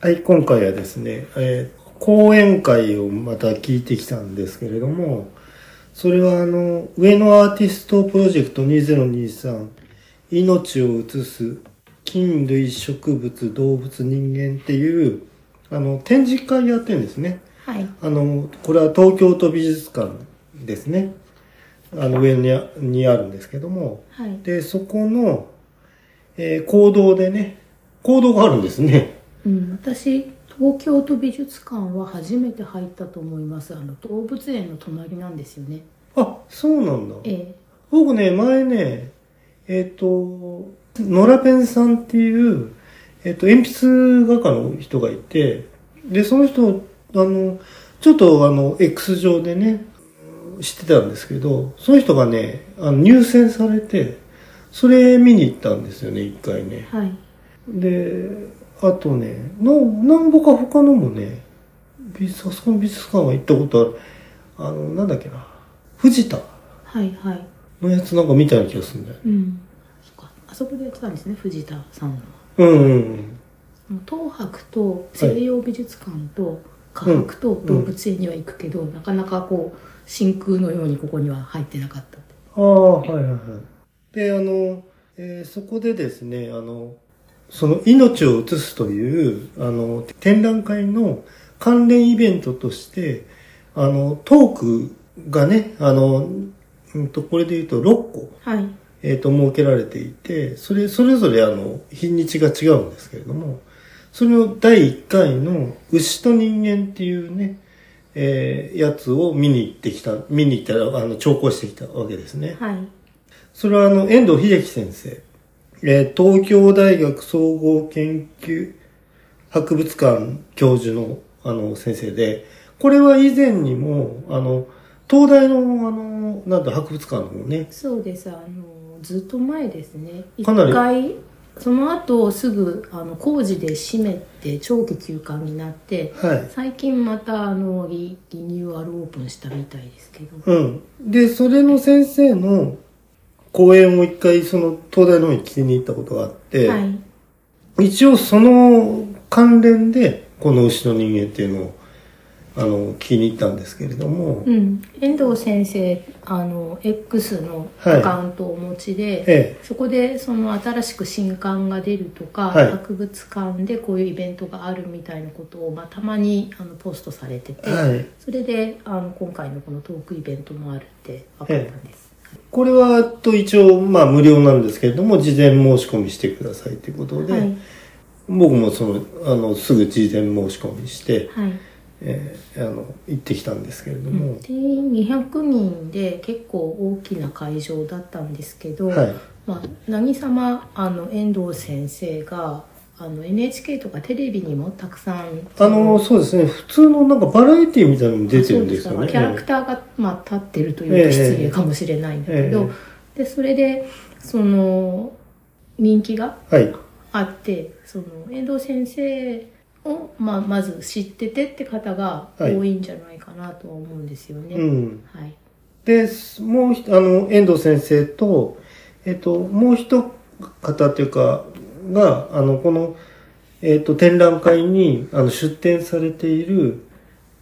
はい、今回はですね、えー講演会をまた聞いてきたんですけれども、それはあの、上野アーティストプロジェクト2023、命を移す菌類植物動物人間っていう、あの、展示会やってるんですね。はい。あの、これは東京都美術館ですね。あの、上にあにあるんですけども、はい。で、そこの、えー行動でね、行動があるんですね。うん、私、東京都美術館は初めて入ったと思います。あの、動物園の隣なんですよね。あ、そうなんだ。え僕ね、前ね、えっ、と、ノラペンさんっていう、えっ、と、鉛筆画家の人がいて、で、その人、あの、ちょっとあの、X 上でね、知ってたんですけど、その人がね、あの入選されて、それ見に行ったんですよね、一回ねえ。はい。で、あとね、な何ぼか他のもね、美術、あそこの美術館は行ったことある。あの、なんだっけな、藤田はい、はい。のやつなんか見たような気がするんだよね。うん。そっかあそこでやってたんですね、藤田さんは。うんうん東博と西洋美術館と科博と動物園には行くけど、なかなかこう、真空のようにここには入ってなかったって。ああはいはいはいであの、えーそこでですねあのその「命を移す」というあの展覧会の関連イベントとしてあのトークがねあの、うん、とこれで言うと6個、はい。えー、と設けられていてそれそれぞれあの日にちが違うんですけれどもそれの第1回の「牛と人間」っていうね、えーやつを見に行ってきた見に行ったらあの調校してきたわけですねはい。それはあの遠藤秀樹先生、えー東京大学総合研究博物館教授のあの先生でこれは以前にもあの東大のあのなんだ博物館の方ねそうですあのずっと前ですね一かなり回その後すぐあの工事で閉めて長期休館になってはい最近またあのリリニューアルオープンしたみたいですけどうん。で、それの先生の講演を一回、その、東大の方に聞きに行ったことがあって、はい一応その関連で、この牛の人間っていうのを、あの、聞きに行ったんですけれども、うん遠藤先生あの X のはいアカウントをお持ちで、ええ。そこでその新しく新刊が出るとか、はい博物館でこういうイベントがあるみたいなことを、まあ、たまにあのポストされてて、はいそれであの今回のこのトークイベントもあるって分かったんです、これは、と一応、まあ、無料なんですけれども、事前申し込みしてくださいということで、はい僕もその、あの、すぐ事前申し込みして、はい、ええあの、行ってきたんですけれどうも、ん定員200人で結構大きな会場だったんですけど、はい。まあ、何様あの遠藤先生があの NHK とかテレビにもたくさんあの、そうですね、普通のなんかバラエティみたいなのも出てるんですよね。キャラクターが、まあ、立ってるというと失礼かもしれないんだけど、でそれでその人気がはい。あってその遠藤先生を、まあ、まず知っててって方が多いんじゃないかなとは思うんですよね。うはいん。で、もうひあの、遠藤先生と、えっと、もう一方というか、が、あの、この、えっと、展覧会に、あの、出展されている、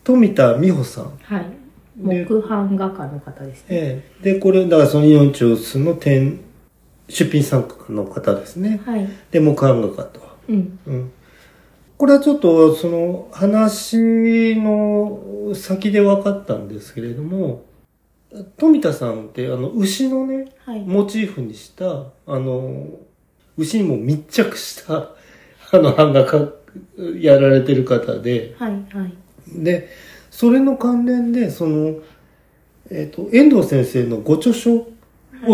富田美穂さん。はいで木版画家の方ですね。ええで、これ、だからその命をすの展、出品参加の方ですね。はい、で、木版画家と。うんうんこれはちょっとその話の先で分かったんですけれども富田さんってあの牛のねはいモチーフにしたあの牛にも密着した あの版画かやられてる方ではいはいでそれの関連でその、えっと遠藤先生のご著書を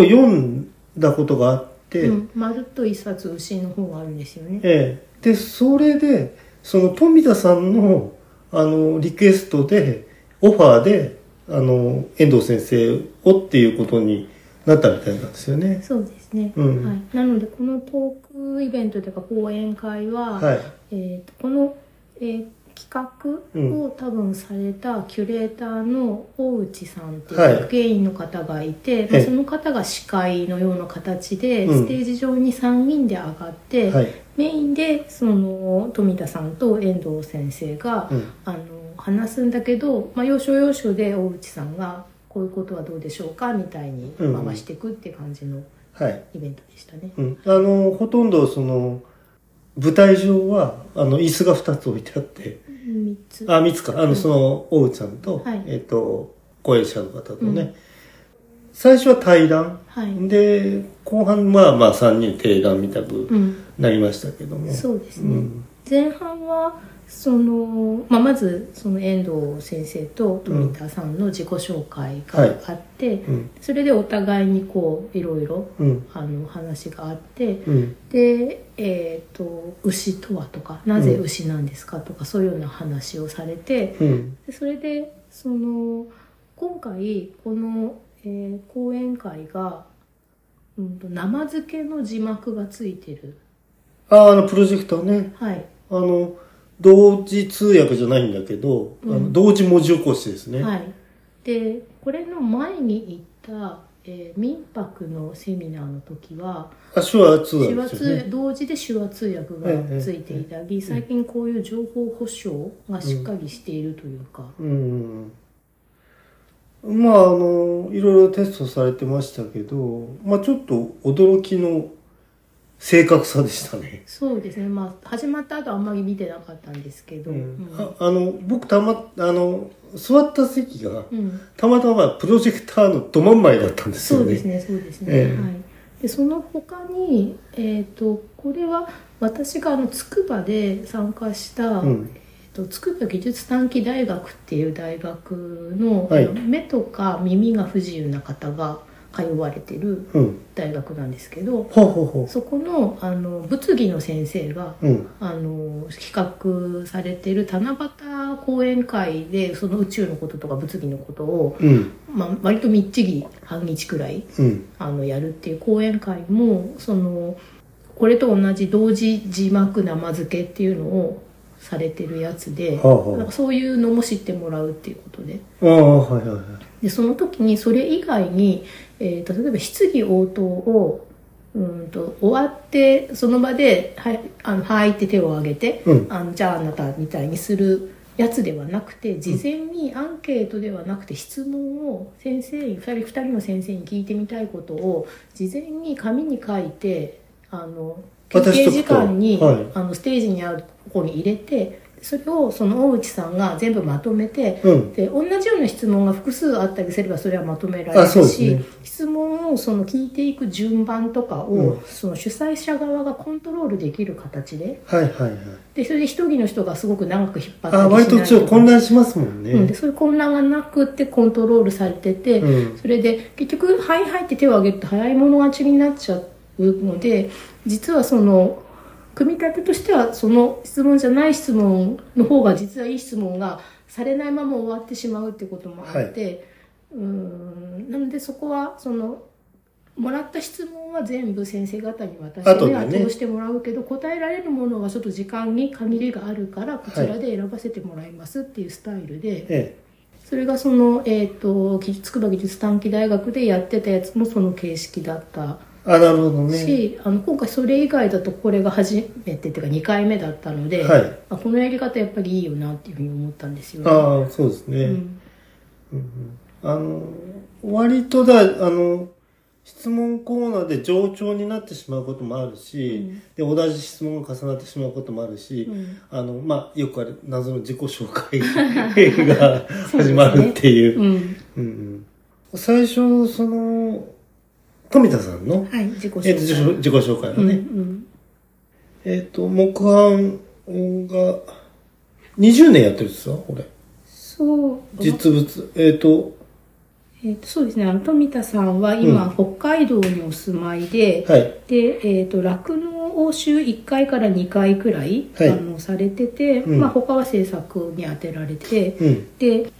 読んだことがあって、うん、まるっと一冊牛の方があるんですよね。ええ、でそれでその富田さんのあのリクエストでオファーであの遠藤先生をっていうことになったみたいなんですよね。そうですね、うんはい、なのでこのトークイベントというか講演会は、はい、えーとこの、えー企う画んを多分されたキュレーターの大内さんってはいいう学芸員の方がいて、まあええその方が司会のような形で、うんステージ上に3人で上がって、はい。メインでその富田さんと遠藤先生が、うんあの話すんだけど、まあ、要所要所で大内さんがこういうことはどうでしょうかみたいにうん回していくっていう感じのはい。イベントでしたね。うん。あの、ほとんどその、舞台上は、あの、椅子が2つ置いてあって、 3つあ、3つか。あうの、んその、大内さんと、はいえっと、ご演者の方とね、うん最初は対談。はい、で、後半、まあまあ3人定談みたくうん、なりましたけども。そうですうね、ん前半はその、まあ、まずその遠藤先生と富田さんの自己紹介があって、うん。それでお互いにこういろいろうん。あの話があってうん。で、えーと「牛とは」とか「なぜ牛なんですか」とか、そういうような話をされてうん。でそれでその今回この、えー講演会が、うん、と生漬けの字幕がついてる。あ、あの、プロジェクターね。はいあの、同時通訳じゃないんだけど、うんあの同時文字起こしですね。はい、でこれの前に行った、えー民泊のセミナーの時はあ、手話通訳手話です通よね。同時で手話通訳がついていたり、最近こういう情報保障がしっかりしているというか、うん。まあ、あの、いろいろテストされてましたけど、まあちょっと驚きの正確さでしたね。そうですねまあ始まった後あんまり見てなかったんですけど、うんああの、僕たま、あの、座った席が、うんたまたまプロジェクターのど真ん前だったんですそようでね。すね、そうですね。ええはい。で、その他に、えっ、と、これは私があの筑波で参加した、うんえーと筑波技術短期大学っていう大学の、はいあの目とか耳が不自由な方が通われてるうん。大学なんですけど、ほうほうほそこのあの物議の先生がう。うん。あの企画されてる七夕講演会でその宇宙のこととか物議のことを、うん。まあ、割とみっちり半日くらいうん。あのやるっていう講演会もそのこれと同じ同時字幕生付けっていうのをされてるやつで、はあはあなんかそういうのも知ってもらうっていうことでああ、はいはいはい。でその時にそれ以外に、えーと例えば質疑応答をうんと終わってその場で「はい」あのはいって手を挙げて、うんあの「じゃああなた」みたいにするやつではなくて事前にアンケートではなくて質問を先生に2人 ,2 人の先生に聞いてみたいことを事前に紙に書いてあの休私憩と時間に、はいあのステージにあるとこに入れてそれをその大内さんが全部まとめて、うんで同じような質問が複数あったりすればそれはまとめられあそうるですし、ね質問をその聞いていく順番とかを、うんその主催者側がコントロールできる形ではいはいはい。でそれで一人の人がすごく長く引っ張ったりしないあ、割とちょっと混乱しますもんね。うん、でそういう混乱がなくてコントロールされてて、うんそれで結局「はいはい」って手を挙げると早い者勝ちになっちゃうので実はその組み立てとしてはその質問じゃない質問の方が実はいい質問がされないまま終わってしまうってこともあって、うんなのでそこはその。もらった質問は全部先生方に渡して、後でね圧倒してもらうけど答えられるものはちょっと時間に限りがあるからこちらで選ばせてもらいますっていうスタイルで、えそれがその、えー、と技術筑波技術短期大学でやってたやつもその形式だったえ。あ、なるほどね。し、あの今回それ以外だとこれが初めてっていうか2回目だったので、はいあこのやり方やっぱりいいよなっていうふうに思ったんですよね。ああ、そうですね。うんあの、割とだ、あの、質問コーナーで冗長になってしまうこともあるし、で、同じ質問が重なってしまうこともあるし、うんあの、まあ、よくある謎の自己紹 介が始まるっていう。うんうんうん最初、その、富田さんの、はい自己紹えっ介と、自己自己紹介のね、うんえっ、と、木版が、20年やってるんですよ、これ。そう実物。えっ、と、えーとそうですねあの富田さんは今、北海道にお住まいで、はい。で、えー、と酪農を週1回から2回くらい、はいあのされてて、うんまあ、他は制作に当てられて、うん。で、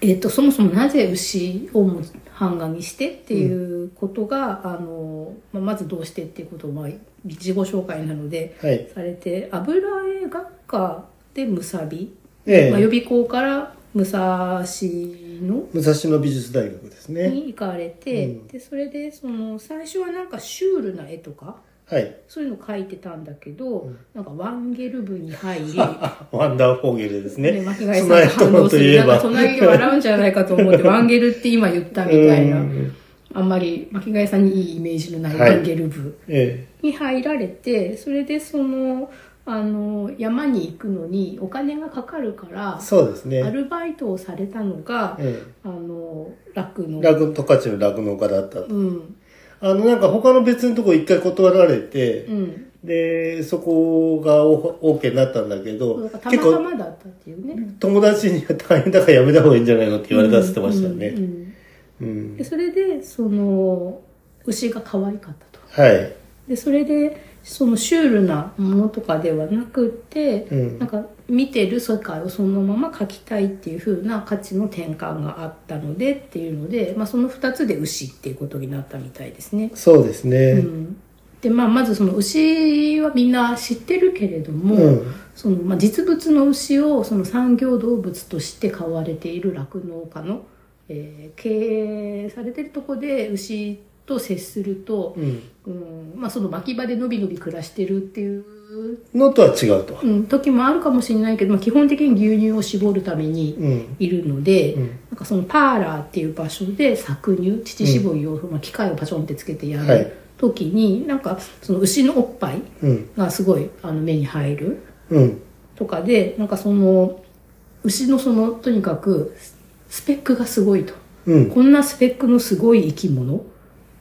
えー、とそもそもなぜ牛をも版画にしてっていうことが、あのまあ、まずどうしてっていうことを、まあ、自己紹介なのではい。されて油絵学科でむさびええまあ、予備校から武蔵野武蔵野美術大学ですね。に行かれて、うんでそれでその最初はなんかシュールな絵とかはい。そういうの描いてたんだけど、なんかワンゲル部に入りワンダーフォーゲルです ね。巻貝さスんがマイ反ル応トすといるえなんかば。隣で笑うんじゃないかと思ってワンゲルって今言ったみたいなうんあんまり巻貝さんにいいイメージのないはワいンゲル部。えに入られてそれでそのあの山に行くのにお金がかかるからえ。そうですアね。ルバイトをされたのがえあの楽のえ。落、十勝の落農家だった。うんあの、なんか他の別のとこ一回断られて、うん、で、そこがオーケーになったんだけどなんか、たま結た構まだったっていうね友達には大変だからやめた方がいいんじゃないのって言われたって言ってましたうねん。うんうん。うんでそれでその牛が可愛かったとはい。でそれでそのシュールなものとかではなくって、うんなんか見てる世界をそのまま描きたいっていう風な価値の転換があったのでっていうので、まあ、その2つで牛っていうことになったみたいですね。そうですうね。んでまあ、まずその牛はみんな知ってるけれども、うんそのまあ、実物の牛をその産業動物として飼われている酪農家の、えー経営されてるとこで牛と接すると、うん。うんまあ、その牧場でのびのび暮らしてるっていう、のとは違うと。うん、時もあるかもしれないけど、まあ、基本的に牛乳を絞るためにうん。いるので、うんなんかそのパーラーっていう場所で搾乳乳搾りを、まあ、機械をパチョンってつけてやはいる時に、なんかその牛のおっぱいうん。がすごいあの目に入るうん。とかでなんかその牛のそのとにかくスペックがすごいと。うん。こんなスペックのすごい生き物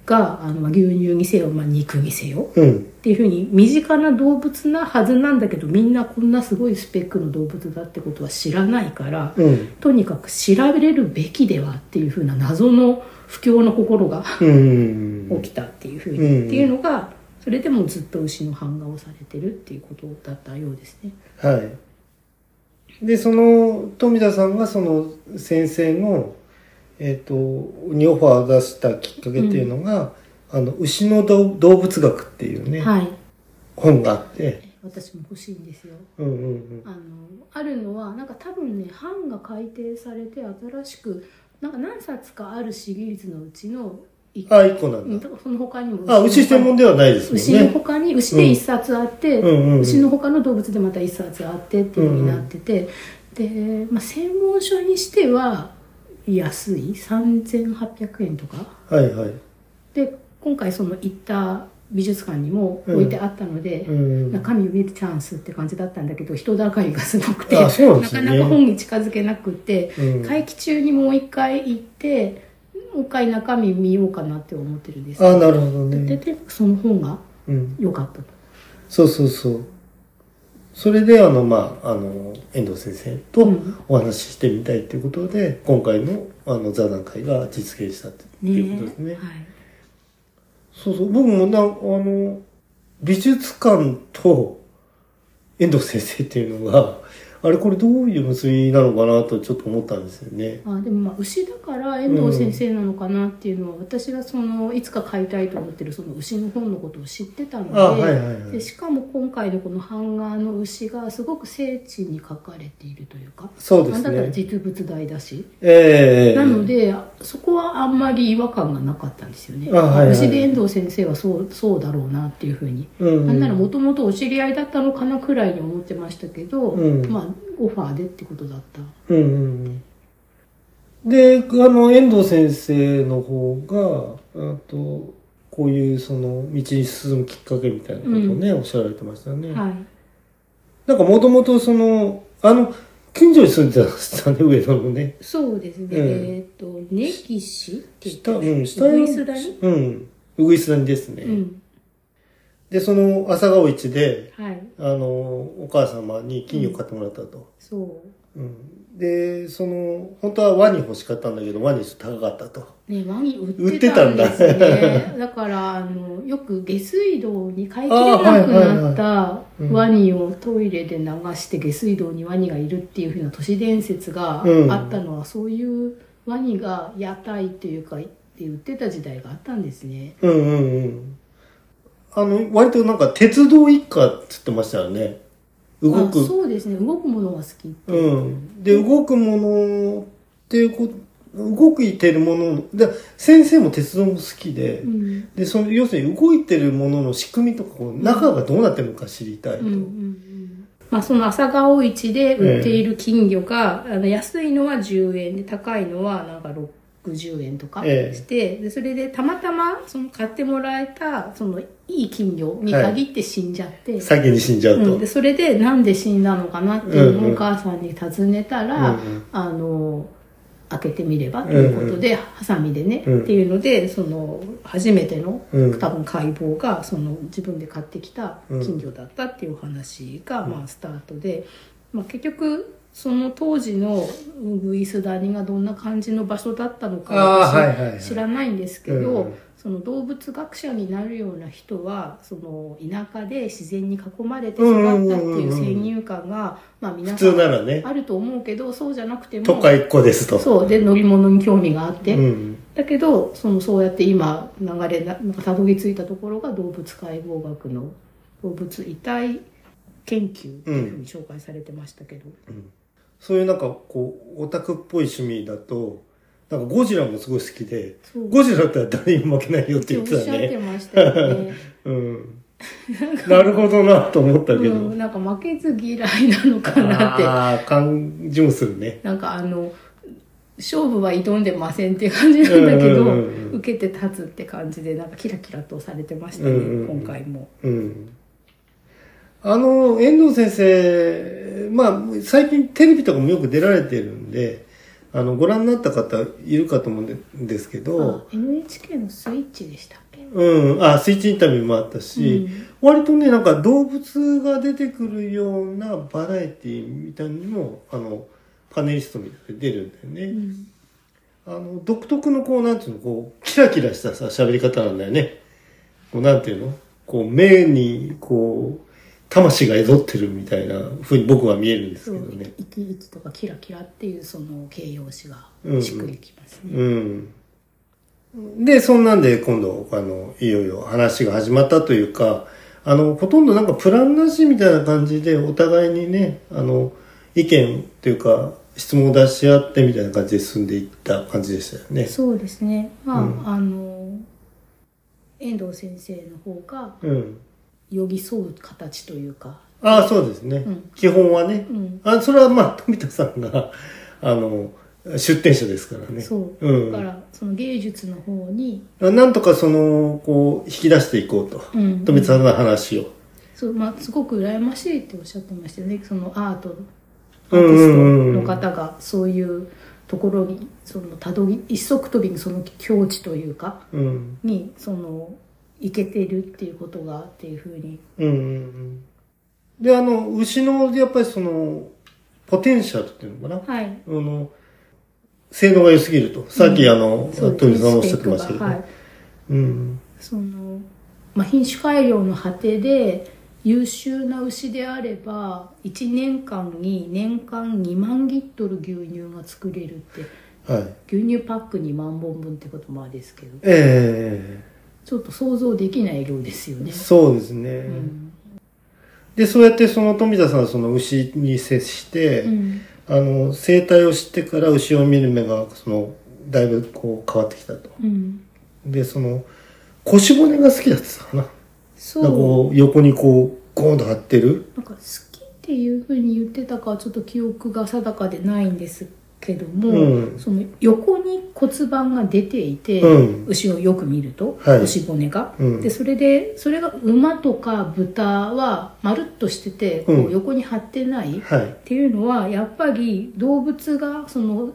があのまあ牛乳にせよ、まあ、肉にせようん。っていうふうに身近な動物なはずなんだけどみんなこんなすごいスペックの動物だってことは知らないから、うん。とにかく調べれるべきではっていうふうな謎の不況の心が うん。起きたっていうふうに、うんっていうのがそれでもずっと牛の版画をされてるっていうことだったようですね。はい。で、その、富田さんがその先生の、えっ、と、にオファーを出したきっかけっていうのが、あの、牛の動動物学っていうね、はい本があって、私も欲しいんですようんうんうん。あのあるのはなんか多分ね版が改訂されて新しくなんか何冊かあるシリーズのうちの一あ、一個なうんんだ。その他にもあ、牛専門ではないです牛もんのね。他に牛で一冊あって、うんうんうん牛の他の動物でまた一冊あってっていうふうになってて、で、まあ、専門書にしては安い3800円とかはいはい。で今回その行った美術館にも置いてあったので、うんうん。中身を見るチャンスって感じだったんだけど人だかりがすごくてあそうなんですねなかなか本に近づけなくて、うん会期中にもう一回行ってもう一回中身見ようかなって思ってるんですあ、なるほどでね。でその本がうん。良かったとそうそうそう。それで、あの、まあ、あの、遠藤先生とうんお話ししてみたいということで、今回の、あの、座談会が実現したっていうことですね。はい、そうそう、僕もな、あの、美術館と遠藤先生っていうのが、あれこれどういう結びなのかなとちょっと思ったんですよね。あでもまあ牛だから遠藤先生なのかなっていうのは、私がそのいつか買いたいと思ってるその牛の本のことを知ってたので,、あはいはいはいでしかも今回のこの版画の牛がすごく精緻に描かれているというかそうですなんだったらね。実物大だし、ええなのでそこはあんまり違和感がなかったんですよね、あはいはい牛で遠藤先生はそうそうだろうなっていうふうに、うんうんなんならもともとお知り合いだったのかなくらいに思ってましたけど、うんまあオファーでってことだったうんうんうん。で、あの、遠藤先生の方が、あと、こういうその道に進むきっかけみたいなことをね、おっしゃられてましたね。はいなんかもともとその、あの、近所に住んでたんですよね、上野のね。そうですね、うんえっ、と根岸って言っ下、たうん、下ウイスダにうん。ウグイスダニですね。うんで、その朝顔市で、はいあの、お母様に金魚買ってもらったと。そううん。で、その、本当はワニ欲しかったんだけど、ワニ高かったと。ねワニ売売っっててたたんんだですねだからあのよく下水道に買い切れなくなったうんワニをトイレで流して下水道にワニがいるっていうふうな都市伝説がうんあったのは、そういうワニが屋台というかって売ってた時代があったんですねうんうんうん。あの、割となんか鉄道一家って言ってましたよね。動あく。そうですね動くものが好きっていうう、ん。で、動くものっていうこと、動いてるものの、で先生も鉄道も好きで、うんで、その、要するに動いてるものの仕組みとか、こう中がどうなってるのか知りたいと。うんうんうんまあ、その朝顔市で売っている金魚が、あの安いのは10円で高いのはなんか60円とかええして、でそれでたまたまその買ってもらえたそのいい金魚に限って死んじゃって、先に死んじゃうと。うん、でそれでなんで死んだのかなっていうのをお母さんに尋ねたら、うんうんあの開けてみればということで、ハサミでね、うんっていうのでその初めての、うん多分解剖がその自分で買ってきた金魚だったっていうお話が、まあ、スタートで、まあ、結局その当時のウイスダニがどんな感じの場所だったのかあー私はいはいはい知らないんですけど、うんその動物学者になるような人はその田舎で自然に囲まれて育ったっていう先入観が、まあ、皆普さ通なんらね、あると思うけどそうじゃなくても都会っ子ですと。そうで乗り物に興味があって、うん。だけどそのそうやって今流れななんかたどり着いたところが動物解剖学の動物遺体研究っていうふうに紹介されてましたけど、そういうなんかこう、オタクっぽい趣味だと、なんかゴジラもすごい好きで、そうゴジラだったら誰にも負けないよって一応言っおってしたゃっね。てました よね。うん。なるほどなと思ったけうどん、。なんか負けず嫌いなのかなってああ、感じもするね。なんかあの勝負は挑んでませんっていう感じなんうんだけど、うんうんうん受けて立つって感じでなんかキラキラとされてましたね、うんうんうん今回も。うん。あの、遠藤先生、まあ、最近テレビとかもよく出られてるんで、あの、ご覧になった方いるかと思うんですけど、あ NHK のスイッチでしたっけうん、あ、スイッチインタビューもあったし、割とね、なんか動物が出てくるようなバラエティみたいにも、あの、パネリストみたいに出るんだようね。んあの、独特のこう、なんていうの、こう、キラキラしたさ、喋り方なんだよね。こう、なんていうのこう、目に、こう、魂が宿ってるみたいな風に僕は見えるんですそけどうね。生き生きとかキラキラっていうその形容詞がうんうんしっくりきますね。うん。で、そんなんで今度、あの、いよいよ話が始まったというか、あの、ほとんどなんかプランなしみたいな感じで、お互いにね、あの、意見というか、質問を出し合ってみたいな感じで進んでいった感じでしたよね。そうですね。まあ、うんあの遠藤先生の方がうん。寄り添う形というか、ああ、そうですね。うん基本はね。うん、あそれはまあ、富田さんが、あの、出店者ですからね。そう、うんだからその芸術の方に、なんとかその、こう、引き出していこうと。うん富田さんの話を。そうまあ、すごく羨ましいっておっしゃってましたよねそのアートアうんーうティスんうんトの方がそういうところにそのたどり一足飛びにその境地というかうん。にそのいけてるっていうことがっていうふうにうんうんうんで、あの、牛の、やっぱりその、ポテンシャルっていうのかな、はいあの、性能が良すぎると。さっき、うんあの、そうトミさんもおっしゃってましたけがど、はいうん。その、まあ、品種改良の果てで優秀な牛であれば1年間に年間2万リットル牛乳が作れるってはい。牛乳パック2万本分ってこともあれですけどえちょっと想像できない量ですよえね。そうですね、うんで、そうやってその富田さんはその牛に接して、うんあの、生態を知ってから牛を見る目が、その、だいぶこう変わってきたと。うん、で、その、腰骨が好きだってたかな。なんかそこう、横にこう、ゴーンと張ってる。うなんか好きっていうふうに言ってたかはちょっと記憶が定かでないんですけども、うんその横に骨盤が出ていて、うん牛をよく見ると、はい牛骨が、うんでそれでそれが馬とか豚はまるっとしててこううん横に張ってない、はいっ。ていうのはやっぱり動物がその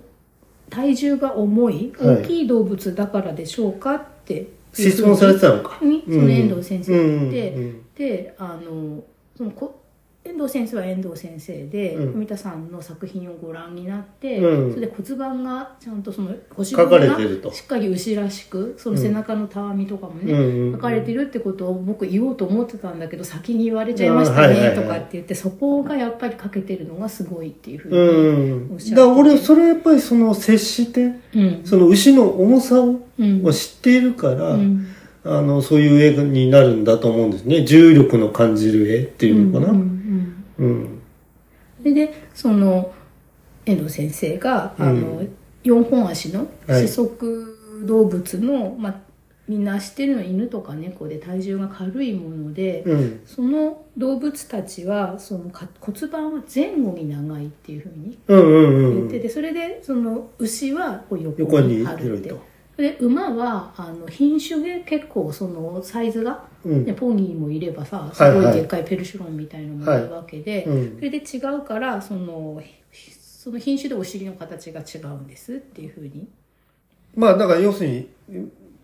体重が重いはい大きい動物だからでしょうかって質問されてたたのか。にその遠藤先生がいて、うんうんであのそのこ遠藤先生は遠藤先生で、うん文田さんの作品をご覧になって、うんそれで骨盤がちゃんとその腰書かれ骨てるとがしっかり牛らしくその背中のたわみとかもね、書書かれてるるってことを僕言おうと思ってたんだけど先に言われちゃいましたあーはいはいはねいとかって言ってそこがやっぱり欠けてるのがすごいっていうふううにんおっしゃっててだから俺それはやっぱりその接してうんその牛の重さをうんを知っているから、うんあのそういう絵になるんだと思うんですね重力の感じる絵っていうのかな、うんううんんうん。それでその遠藤先生が、あうの4本足のはい四足動物の、まあ、みんな知ってるのは犬とか猫で体重が軽いもので、うん。その動物たちはそのか骨盤は前後に長いっていうふうにうんうん言っうてん。て、それでその牛はこう横横ににあいるっるてと。で馬はあの品種で結構そのサイズが、うねん。ポニーもいればさすはいごはいいでっかいペルシュロンみたいなのもいるわけで、うんそれで違うからそのひその品種でお尻の形が違うんですっていうふうに、まあ、だから要するに、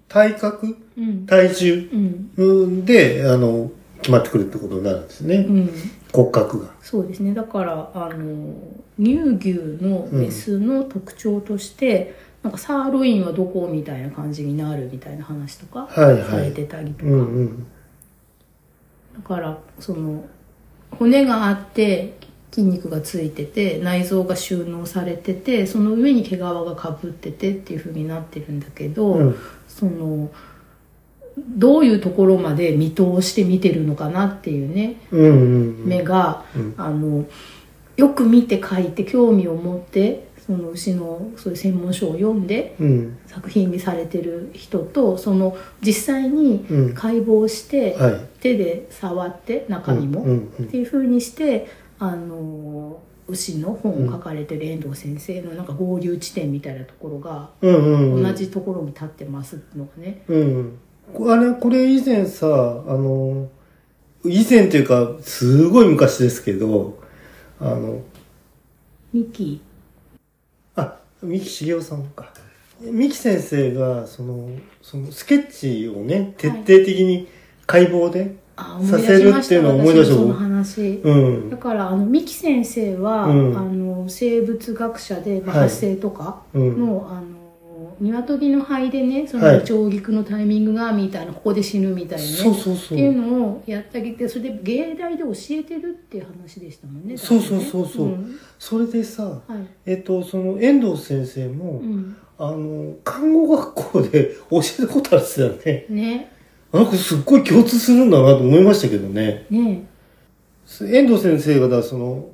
体格、うん体重うんうんで、あの、決まってくるってことになるんですねう。ん、骨格が。そうですねだからあの乳牛のメスの特徴として、なんかサーロインはどこみたいな感じになるみたいな話とかはいはいされてたりとか、うんうん。だからその骨があって筋肉がついてて内臓が収納されててその上に毛皮がかぶっててっていう風になってるんだけど、うんそのどういうところまで見通して見てるのかなっていうねうんうんうん。目が、うんあのよく見て書いて興味を持ってその牛のそういう専門書を読んでうん。作品にされてる人とその実際にうん解剖して、はい。手で触って中身うも、んうんうんっていう風にしてあの牛の本を書かれてる遠藤先生のなんか合流地点みたいなところがうんうんうん。同じところに立ってますっていうのがね、うん。こあれ、これ以前さ、あの、以前というか、すごい昔ですけど、あの、ミキあ、三木茂雄さんか。三木先生が、その、そのスケッチをね、徹底的に解剖で、あさせるっていうのを思い出した私もその話うんだ、からあの三木先生は、うんあの生物学者で、まあはい発生とかうん、の、あの鶏の肺でねそはのい上陸のタイミングがみたいな、ここで死ぬみたいなねそうそうそっていうう。のをやってあげてそれで芸大で教えてるっていう話でしたもんねそうそうそうそううんそれでさ、はいえっと、その遠藤先生うも、ん、あの、看護学校で 教えたことあるっすよね。ねあの子すっごい共通するんだなと思いましたけどね。ね遠藤先生がだその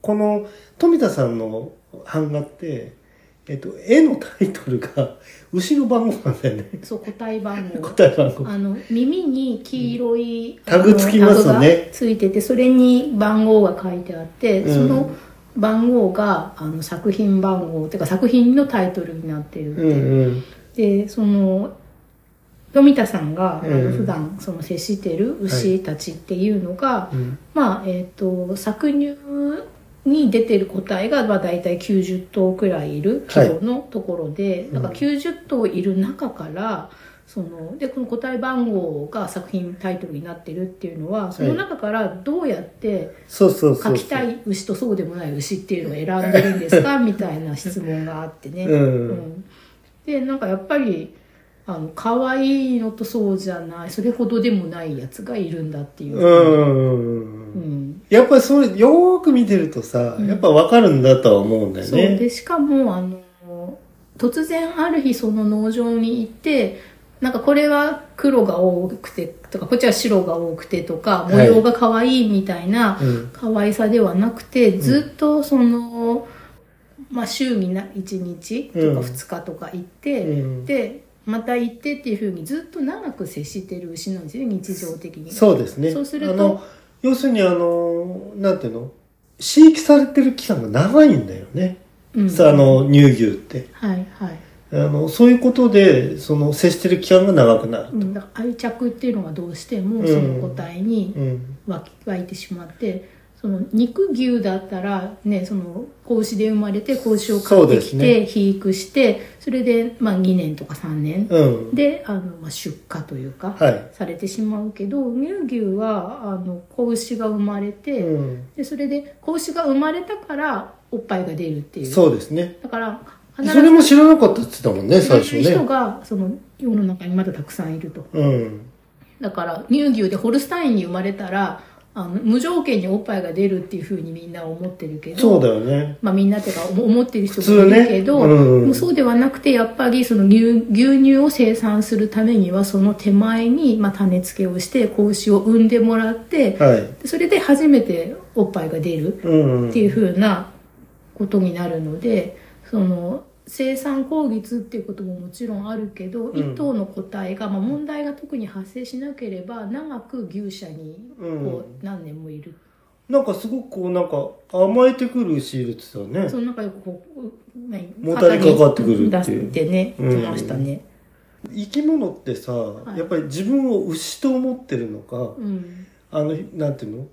この富田さんの版画って、えっと、絵のタイトルが 牛の番号なんだよねそう個体番号答え番号あの耳に黄色い、タグつきますねあのタグがついててそれに番号が書いてあって、うんその番号があの作品番号っていうか作品のタイトルになってるってうんいう、うんでその富田さんが、あうのん普段その接してる牛たちっていうのが、うんまあえっと搾乳に出てる個体が、まあ、大体90頭くらいいる規模のところで、んだから90頭いる中からそのでこの個体番号が作品タイトルになってるっていうのはその中からどうやってそうそうそうそ描うきたい牛とそうでもない牛っていうのを選んでるんです かみたいな質問があってね。うんうんでなんかやっぱりあの可愛いのとそうじゃないそれほどでもないやつがいるんだっていうう。んうんううんんやっぱりそれよーく見てるとさ、うんやっぱわかるんだとは思うんだよそうねでしかもあの突然ある日その農場に行ってなんかこれは黒が多くてとかこっちは白が多くてとかはい模様が可愛いみたいなうん可愛さではなくて、ずっとその、まあ、週にな1日とかうん2日とか行って、うんでまた行ってっていうふうにずっと長く接してる牛なんですよね日常的に。そうですねそうするとあの要するにあのなんていうの飼育されてる期間が長いんだよね、うんさあの乳牛ってはいはいあのそういうことでその接してる期間が長くなる、うん、だから愛着っていうのがどうしてうもんその個体にうん湧き湧いてしまってその肉牛だったらねその子牛で生まれて子牛を買ってきそうでて、肥育してそれで、まあ、2年とか3年うん、であの、まあ、出荷というか、はいされてしまうけど乳牛はあの子牛が生まれて、うん、でそれで子牛が生まれたからおっぱいが出るっていうそうですねだからそ必れも知らなかったって言ってたもんねず最初知らない人ねがその世の中にまだたくさんいると。うんだから乳牛でホルスタインに生まれたらあの無条件におっぱいが出るっていうふうにみんな思ってるけどそうだよね。まあみんなっていうか思思ってる人もいるけど、普通ねうんもうそうではなくてやっぱりその牛牛乳を生産するためにはその手前に、まあ、種付けをして子牛を産んでもらって、はい。それで初めておっぱいが出るうん。っていうふうなことになるのでその生産効率っていうことももちろんあるけど、うん一頭の個体が、まあ、問題が特に発生しなければ長く牛舎にこう何年もいるなんかすごくこう、なんか甘えてくるシールって言ってたそよね。の中でこう、う何もたれかかってくるって肩いうに出してね、うん出ましたね。生き物ってさ、いやっぱり自分を牛と思ってるのか、うん。あの、なんていうの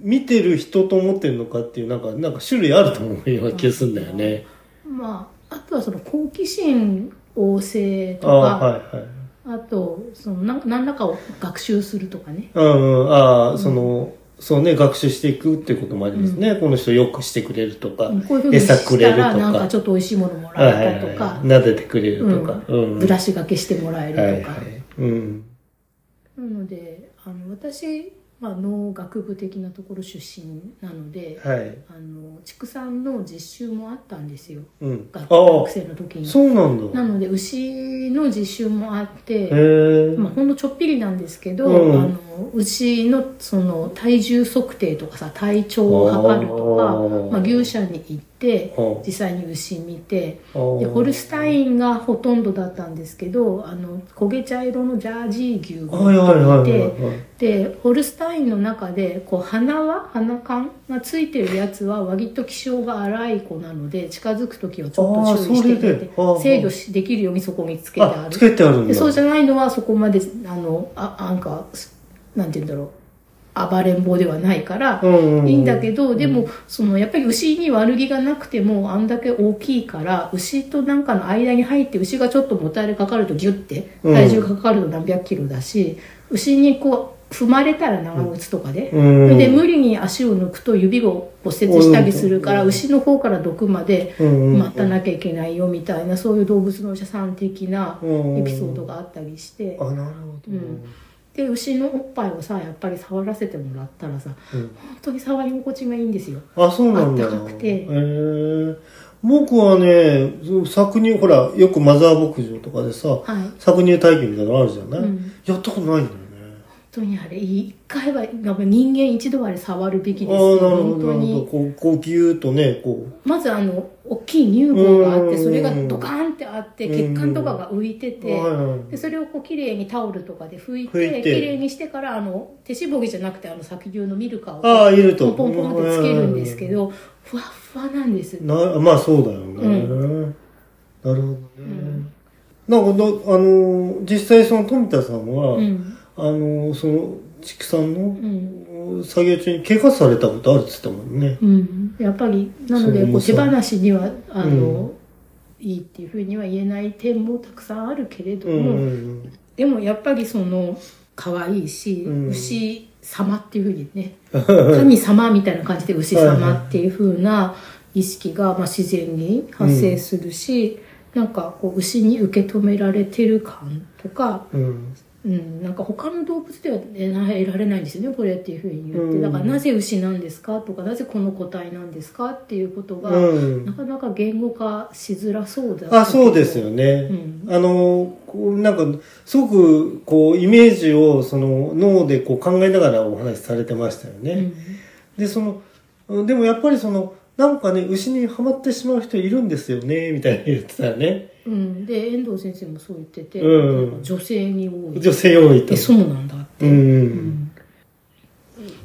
見てる人と思ってるのかっていう、なんか、なんか種類あると思うような気がするんだよね。まあ、あとはその好奇心旺盛とあか、あ、あ,、はいはい。と、その何、何らかを学習するとかね。うんうん、ああ、その、そうね、学習していくっていうこともありますね。この人よくしてくれるとか、こういうふうに餌くしれるたとら、か、なんかちょっと美味しいものもはいらはえいたとはかい、、撫でてくれるとか、ううんん。ブラシがけしてもらえはいるとか。はい。うん。なので、あの私、まあ、農学部的なところ出身なので、はい。あの畜産の実習もあったんですようん。あ学学あ、生の時にそうなんだ。なので牛の実習もあって、へえ。まあ、ほんのちょっぴりなんですけど、うんあの牛のその体重測定とかさ体調を測るとあーか、まあ、牛舎に行ってうん実際に牛見てあーでホルスタインがほとんどだったんですけどあの焦げ茶色のジャージー牛はいはいがいはいてはい。でホルスタインの中でこう鼻は鼻管がついてるやつは割と気性が荒い子なので近づく時はちょっと注意してくれてあーそれで制御しできるようにそこにつけてあ、あるつけてあるんでだ。そうじゃないのはそこまであのあなんかすなんて言うんだろう暴れん坊ではないからう、んうん。いいんだけどでもそのやっぱり牛に悪気がなくてもあんだけ大きいから牛となんかの間に入って牛がちょっともたれかかるとギュッてうん体重かかると何百キロだし、牛にこう踏まれたら長靴とかで。うん。それで無理に足を抜くと指を骨折したりするかうらん牛の方から毒までうんうん待たなきゃいけないよみたいなそういう動物のお医者さん的なうんエピソードがあったりしてあ、なるほど。うんで牛のおっぱいをさやっぱり触らせてもらったらさうん本当に触り心地がいいんですよあ、そうなんだ。あったかくてへえ。僕はね、そう搾乳、ほら、よくマザー牧場とかでさ、はい本搾乳体験みたいなのあるじゃない、うんやったことないんだよね。当にあれいい一回はなんか人間一度はあれ触るべああきー、ですなよるほ本ど、なる当ほど。にこう、こう、ぎゅーっとね、こまずあの大きい乳房があってうんそれがドカーンってあって血管とかが浮いてう。てはいはいでそれをこう綺麗にタオルとかで拭い拭ていて綺麗にしてからあの手しぼぎじゃなくてあの搾牛のミルカーをああ、いるポと。ンポンポンってつけるんですけどふわっふわなんですうん。なまあ、そうだよね。うなるほどね。んなんかど、あのー、実際その富田さんは、うんあのー、その、畜産うのん作業中に怪我されたことあるって言ってたもんね。うん、やっぱりなのそでうこうそ手う放しにはあうの、いいっていうふうには言えない点もたくさんあるけれどうも、んうんでもやっぱりその可愛いし、うん牛様っていうふうに ね神様みたいな感じで牛様っていうふうな意識がまあ自然に発生するし、なんかこう牛に受け止められてる感とかうん。うん。うん、なんか他の動物では得られないんですよねこれっていうふうに言っうて、んだからなぜ牛なんですかとかなぜこの個体なんですかっていうことが、うんなかなか言語化しづらそうだあ、そうですよね。うんあの、こうなんか、すごく、こう、イメージを、その、脳でこう考えながらお話しされてましたよね。うんで、その、うんでもやっぱりその、なんかね、牛にはまってしまう人いるんですよね、みたいに言ってたよね。うん、で遠藤先生もそう言ってて、うんなんか女性に多い女性多いとえ。そうなんだって、うん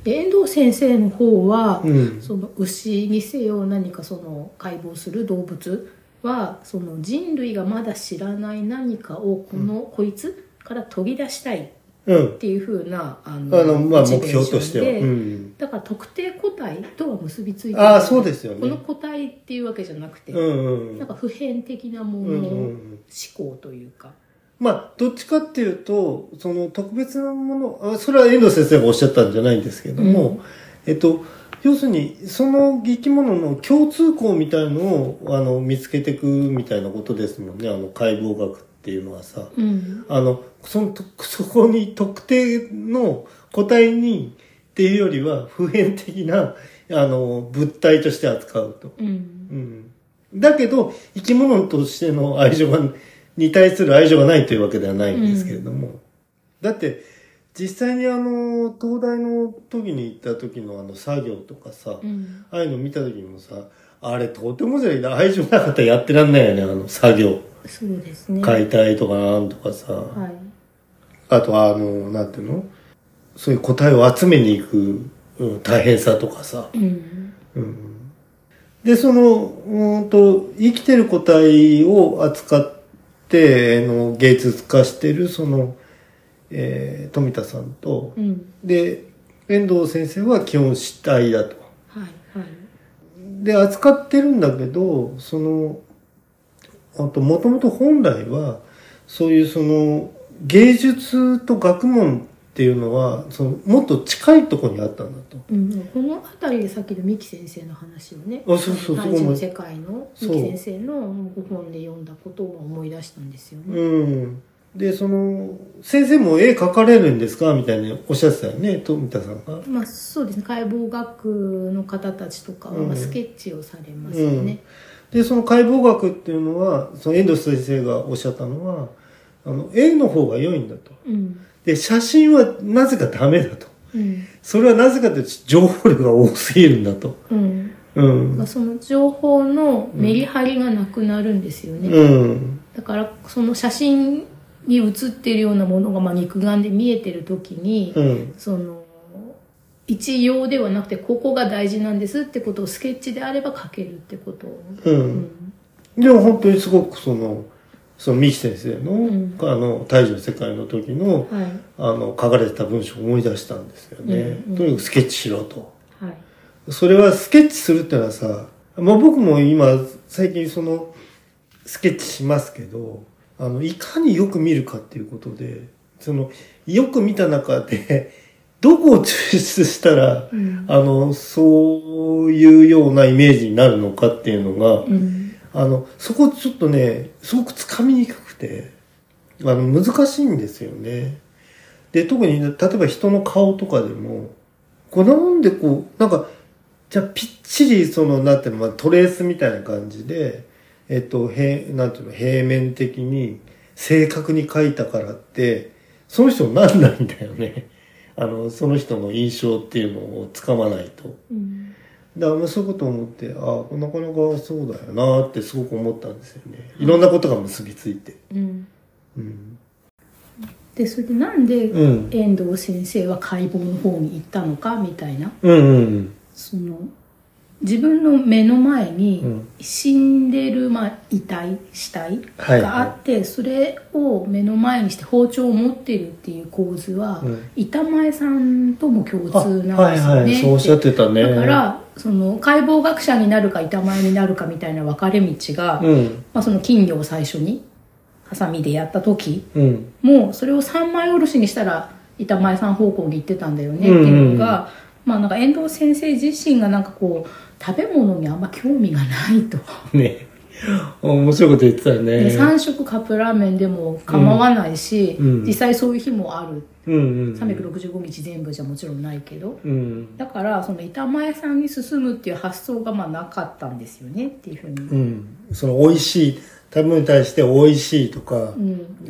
で遠藤先生の方は、うん。うん。その牛にせよ何かその解剖する動物はその人類がまだ知らない何かをこの、こいつから取り出したいうんっ。ていう風なあのあの、まあ、モチ目ベー標ションとしては。でうん。だから特定個体とは結びついてああ、そうですよこのね。個体っていうわけじゃなくて、うんうんなんか普遍的なもうのんう思ん。考というか、まあ、どっちかっていうと、その特別なもの、あそれは遠藤先生がおっしゃったんじゃないんですけども、うんえっと、要するに、その生き物の共通項みたいのを、あの、見つけていくみたいなことですもんね、あの、解剖学っていうのはさ。うんあの、その、とそこに特定の個体に、っていうよりは普遍的な、あの、物体として扱うと。うんうん。だけど、生き物としての愛情が、に対する愛情がないというわけではないんですけれども。だって、実際にあの、東大の時に行った時のあの作業とかさ、うんああいうの見た時にもさ、あれとてもじゃない愛情なかったらやってらんないよね、あの作業。そうですねはい解体とかなんとかさ。あとは、あの、なんていうのそういう答えを集めに行く、うん大変さとかさ。うんうんで、その、うーんと、生きてる個体を扱って、あの芸術化してる、その、えー富田さんと、うんで、遠藤先生は基本死体だと。はいはいで、扱ってるんだけど、その、あと、もともと本来は、そういうその、芸術と学問っていうのは、その、もっと近いところにあったんだと。うん、この辺りでさっきの三木先生の話をねあ、そうそう、そ大こ事のも世界のそう三木先生のご本で読んだことを思い出したんですよね。うん。で、その、先生も絵描かれるんですかみたいにおっしゃってたよね、富田さんが。まあそうですね解剖学の方たちとかはうんまあスケッチをされますよね。で、その解剖学っていうのは、その遠藤先生がおっしゃったのは、あの、絵の方が良いんだと。うんで、写真はなぜかダメだと。うんそれはなぜかというと、情報量が多すぎるんだと。うんうまあ、ん。その情報のメリハリがなくなるんですよね、うん。だからその写真に写ってるようなものがまあ肉眼で見えてる時に、うん。その一様ではなくてここが大事なんですってことをスケッチであれば描けるってことを、う。うんんでも本当にすごくその、その三木先生の、うんあの、大樹の世界の時の、はいあの、書かれてた文章を思い出したんですよね。うんうんとにかくスケッチしろと。はいそれはスケッチするってのはさ、まあ僕も今、最近その、スケッチしますけど、あの、いかによく見るかっていうことで、その、よく見た中で、 どこを抽出したら、うんあの、そういうようなイメージになるのかっていうのが、うんあの、そこちょっとね、すごくつかみにくくて、あの、難しいんですよね。で、特に、例えば人の顔とかでも、こうなんでこう、なんか、じゃあぴっちり、その、なんていうの、まあ、トレースみたいな感じで、えっと、平、なんていうの、平面的に、正確に描いたからって、その人になんないんだよね。あの、その人の印象っていうのをつかまないと。うんだからまあそういうことを思って、ああ、なかなかそうだよなってすごく思ったんですよね。いろんなことが結びついて。うん、うん。でそれでなんでうん。遠藤先生は解剖の方に行ったのかみたいなうんうんその自分の目の前うにん死んでる、まあ、遺体死体はいがあって、それを目の前にして包丁を持ってるっていう構図は、うん板前さんとも共あ通なんですよね。はいはい、そうおっしゃってたね。だか、らその解剖学者になるか板前になるかみたいな分かれ道が、うん。まあ、その金魚を最初にハサミでやった時うん。もうそれを三枚おろしにしたら板前さん方向に行ってたんだよねっていうのが、まあなんか遠藤先生自身がなんかこう食べ物にあんま興味がないと、ね。 面白いこと言ってたよでね。 3食カップラーメンでも構わないし、うん実際そういう日もあるうんうん。 365日全部じゃもちろんないけどうん。だからその板前さんに進むっていう発想がまあなかったんですよねっていうふうに、うん。その、美味しい、食べ物に対して美味しいとか、う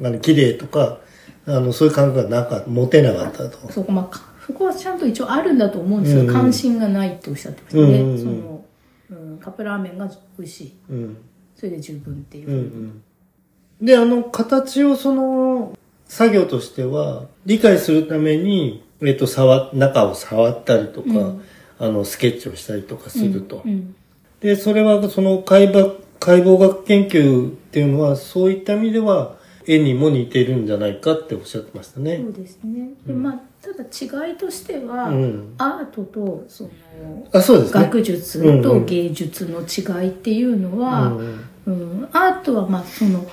ん、あの、綺麗とか、あの、そういう感覚がなかった、持てなかったと。そこまあかそこはちゃんと一応あるんだと思うんですよ、うんうん関心がないっておっしゃってましたね、うんうんうんその、うん、カップラーメンが美味しいうん。それで十分っていう、うんうん、で、あの、形をその、作業としては、理解するために、えっと、触、中を触ったりとか、うんあの、スケッチをしたりとかすると。うんで、それは、その解剖、解剖学研究っていうのは、そういった意味では、絵にも似てるんじゃないかっておっしゃってましたそね。うですね、でまあただ違いとしては、うんアートとそのあ、そうですね。学術と芸術の違いっていうのは、ううんんアートはまあその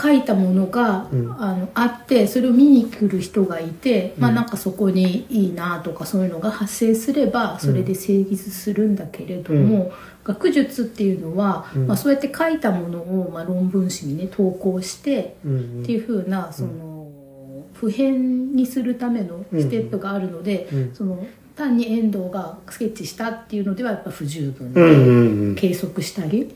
書いたものが、うんあのあってそれを見に来る人がいて、まあうんなんかそこにいいなとかそういうのが発生すればそれで成立するんだけれども、学術っていうのは、うんまあ、そうやって書いたものを、まあ、論文誌にね投稿して、うんうんっていうふうなその、普遍にするためのステップがあるので、うんその単に遠藤がスケッチしたっていうのではやっぱ不十分で、うんうん計測したり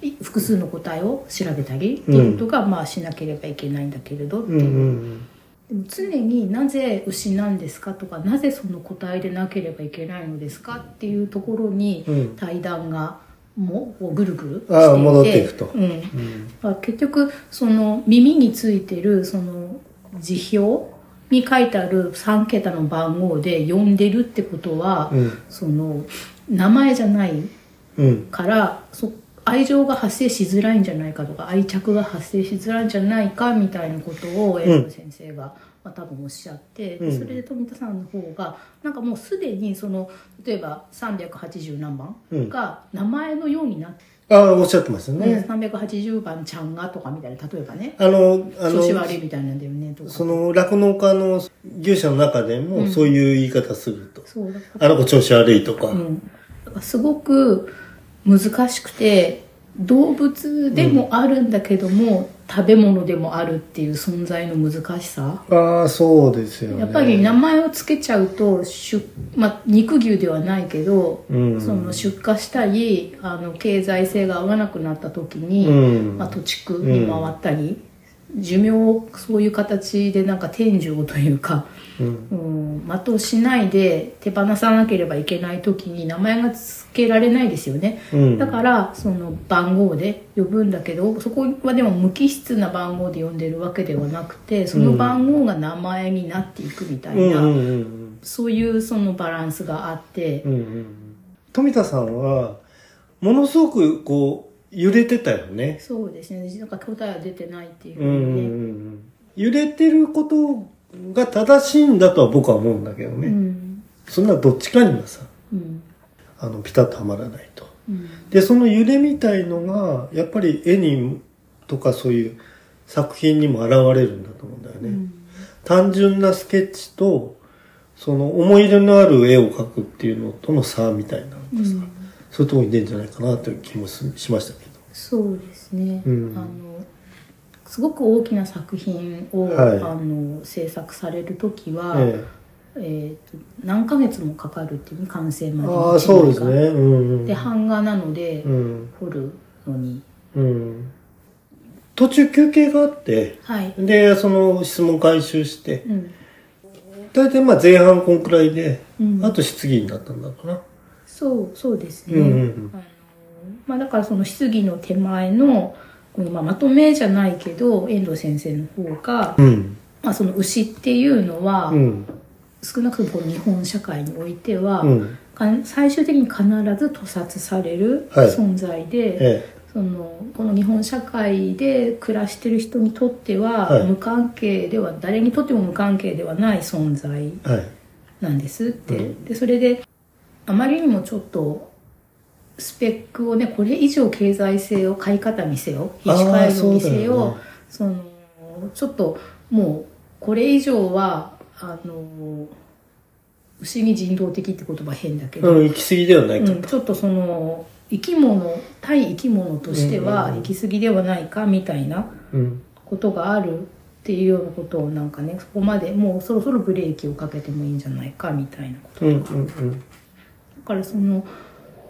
い複数の答えを調べたりっていうことが、まあしなければいけないんだけれどってうん。ういうんうんでも常になぜ牛なんですかとかなぜその答えでなければいけないのですかっていうところにうん対談がもうこうぐるぐるしていてああ戻っていくとうん、うん。うんまあ結局その耳についてるその辞表に書いてある3桁の番号で呼んでるってことは、うんその名前じゃないうん。からそ愛情が発生しづらいんじゃないかとか愛着が発生しづらいんじゃないかみたいなことを遠藤先生が、まあ、多分おっしゃって、うんそれで富田さんの方がなんかもうすでにその例えば380何番うんが名前のようになって、ああ、おっしゃってましたね。 380番ちゃんがとかみたいな例えばねあの、あ調子悪いの、みたいなんだよねとかその、酪農家の牛舎の中でうも、んそういう言い方すると。そうだからあの子調子悪いとか。うん、だからすごく難しくて動物でもあるんだけども、食べ物でもあるっていう存在の難しさああ、そうですよね。やっぱり名前を付けちゃうと出、まあ、肉牛ではないけど、うんその出荷したりあの経済性が合わなくなった時に、うん。まあ、土地区に回ったり、寿命をそういう形でなんか天井というか。うん。うん、的をしないで手放さなければいけない時に名前が付けられないですよね、うんだからその番号で呼ぶんだけどそこはでも無機質な番号で呼んでるわけではなくてその番号が名前になっていくみたいうんな、うんうんそういうそのバランスがあってうんう、んうん。富田さんは、ものすごく、こう、揺れてたよね。そうですねなんか答えは出てないっていうふううんうんうにね、ん。揺れてることが正しいんだとは僕は思うんだけどうね。んそんなどっちかにはさ、うんあの、ピタッとはまらないと。うんで、その揺れみたいのが、やっぱり絵に、とかそういう作品にも現れるんだと思うんだようね。ん単純なスケッチと、その思い入れのある絵を描くっていうのとの差みたいな、うんそういうとこに出るんじゃないかなという気もすしましたけど。そうですね、うんあのすごく大きな作品を、はいあの制作される時は、ええーと何ヶ月もかかるっていうね完成えまでああ、そうですね。一枚うん、うん。がで版画なので、うん。彫るのにうん。途中休憩があって、はい、で、その質問回収して、うん大体まあ前半こんくらいで、うん、あと質疑になったんだろうな。そうそうですね、うんうんあのまあ、だからその質疑の手前のこのまあまとめじゃないけど遠藤先生の方が、うん。まあ、その牛っていうのは、うん。少なくともこの日本社会においては、うん。か最終的に必ず屠殺されるはい存在で、ええ。そのこの日本社会で暮らしてる人にとっては、はい無関係では誰にとっても無関係ではない存在はい。なんですって、うでそれであまりにもちょっとスペックをねこれ以上経済性を買い方にせよあー品種改良にせそうだよよねそのちょっともうこれ以上はあの牛に人道的って言葉変だけど、うん、行き過ぎではないかうん、ちょっとその生き物対生き物としてうんはうんうん行き過ぎではないかみたいなうん。ことがあるっていうようなことをなんかねそこまでもうそろそろブレーキをかけてもいいんじゃないかみたいなことうん。うん。うん。だからその、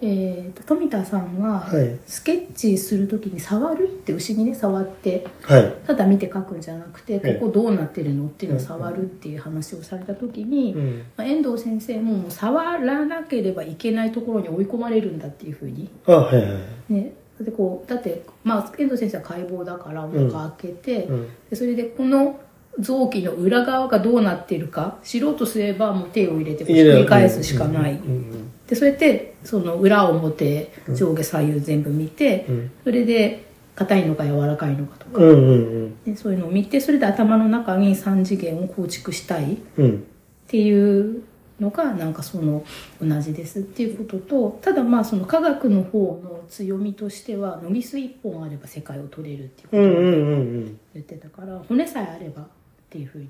えー、と富田さんがはいスケッチする時に触るって牛にね触ってはい。ただ見て描くんじゃなくてええここどうなってるのっていうのを触るっていう話をされた時に、うん。まあ遠藤先生ももう触らなければいけないところに追い込まれるんだっていうふうにあ、はいはい。ね、でこうだって、まあ、遠藤先生は解剖だからおん腹開けて、うん。でそれでこの臓器の裏側がどうなっているか知ろうとすればもう手を入れてこうひっくり返すしかない、うん。でそうやってその裏表上下左右全部見て、うんそれで硬いのか柔らかいのかとか、うん。うん。ね、そういうのを見てそれで頭の中に3次元を構築したい。うん。うん。っていうのがなんかその同じですっていうこととただまあその科学の方の強みとしてはノギス一本あれば世界を取れるっていうこうん。とうをん。うん。言ってたから、骨さえあればっていうふうに、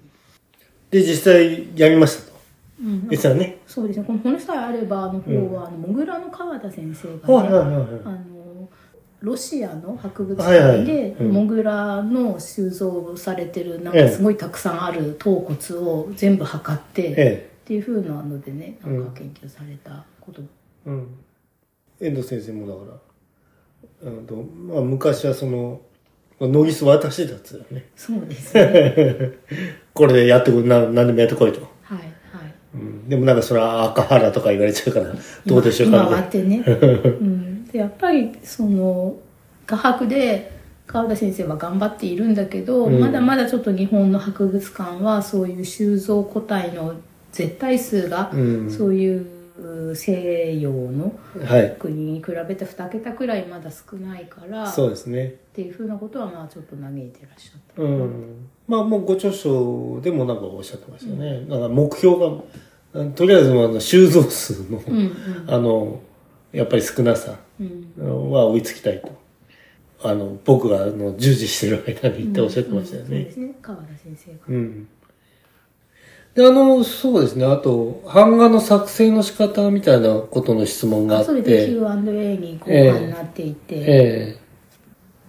で、実際やりましたと。うんなんか実はね。そうですねこの骨さえあればの方は、あのモグラの川田先生はいがはいね、はあのロシアの博物はいはい館で、うんモグラの収蔵されてるなんえかえすごいたくさんある頭骨を全部測って、い。えっていうふうなのでねなんうんか研究されたこと、うん。遠藤先生もだから、あの、まあ、昔はその、まあノギス私だっつうよね。そうですねこれでやってこい、な何でもやってこいと。はいはいうん、でもなんかそれは赤原とか言われちゃうから、どうでしょう今か今みたはいっな。て ね、うん、でやっぱりその画伯で川田先生は頑張っているんだけど、うんまだまだちょっと日本の博物館はそういう収蔵個体の絶対数が、うんそういう西洋のはい。国に比べて2桁くらいまだ少ないからそうですね。っていうふうなことはまあちょっと嘆いてらっしゃった、うん。まあもうご著書でもなんかおっしゃってましたよね。だから目標が、あのとりあえずあの収蔵数の、うんうんあの、やっぱり少なさうんは追いつきたいと。あの、僕があの従事してる間にっておっしゃってましたようんそうでね。すね川田先生がうん。で、あの、そうですね。あと、版画の作成の仕方みたいなことの質問があっそれて、で Q&A に後半になっていて、え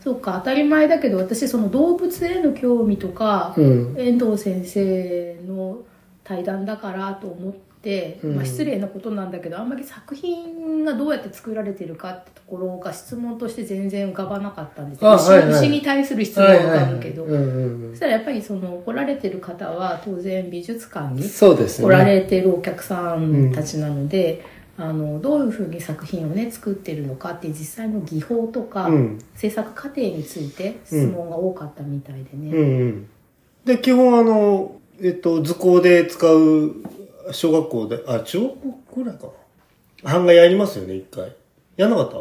そうか当たり前だけど私その動物への興味とか、えうん。遠藤先生の対談だからと思って、うんまあ、失礼なことなんだけどあんまり作品がどうやって作られてるかってところが質問として全然浮かばなかったんですよあ牛,、はいはい牛に対する質問は浮かぶけど、はいはいはいうんそしたらやっぱりその来られてる方は当然美術館うん、にそうですね。来られてるお客さんたちなので、あのどういうふうに作品をね作ってるのかっていう実際の技法とか、うん制作過程について質問が多かったみたいでね、うんうん、で基本あの、えっと、図工で使う小学校であ中学校ぐらいかな版画やりますよね一回やんなかっ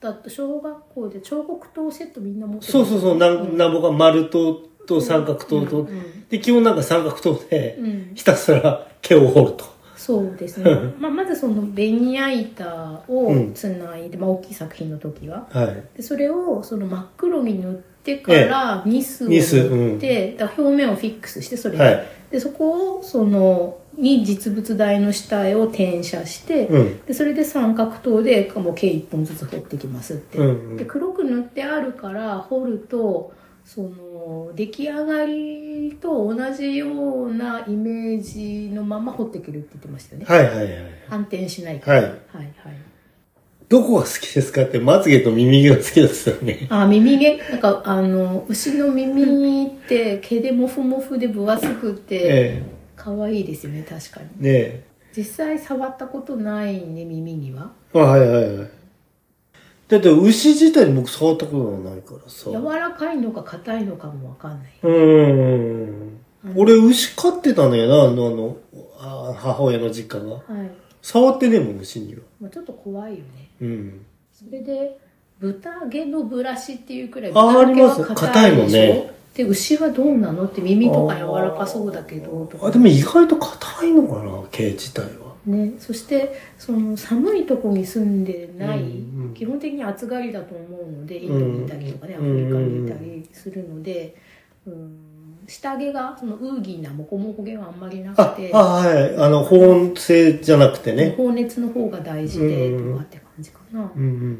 ただって小学校で彫刻刀セットみんな持ってたそうそうそうなうんんなんぼか丸刀と三角刀と、うんうんで基本なんか三角刀でうんひたすら毛を彫ると、そうです ね、まあ、まずそのベニヤ板うんをつないで、まあ、大きい作品の時ははいでそれをその真っ黒に塗ってからニスをニス塗って、だから表面をフィックスしてそれで,、はいでそこをそのに実物大の死体を転写して、うんでそれで三角刀でもう毛1本ずつ掘ってきますって、うんうでん黒く塗ってあるから掘るとその出来上がりと同じようなイメージのまま掘ってくるって言ってましたよねはいはいはい反転しないからはいはいはいどこが好きですかってまつげと耳毛が好きですよねあ耳毛なんかあの牛の耳って毛でモフモフで分厚くてえ可愛いですよね確かにえねえ実際触ったことないね耳にはあはいはいはいだって牛自体に僕触ったことがないからさ柔らかいのか硬いのかもわかんないうん俺牛飼ってたんだよなあのあのあ母親の実家がはい、触ってねえもん牛にはまあ、ちょっと怖いよねうんそれで豚毛のブラシっていうくらいあー豚毛はあります硬いもんねでしょで牛はどうなのって耳とか柔らかそうだけどとあかでも意外と硬いのかな毛自体はね、そしてその寒いとこに住んでない、うんうん基本的に暑がりだと思うのでインドにいたりとかね、うんアフリカにいたりするので、うん、下毛がそのウーギーなモコモコ毛はあんまりなあくてあはいあの保温性じゃなくてね放熱の方が大事でうんとかって感じかな、うんうん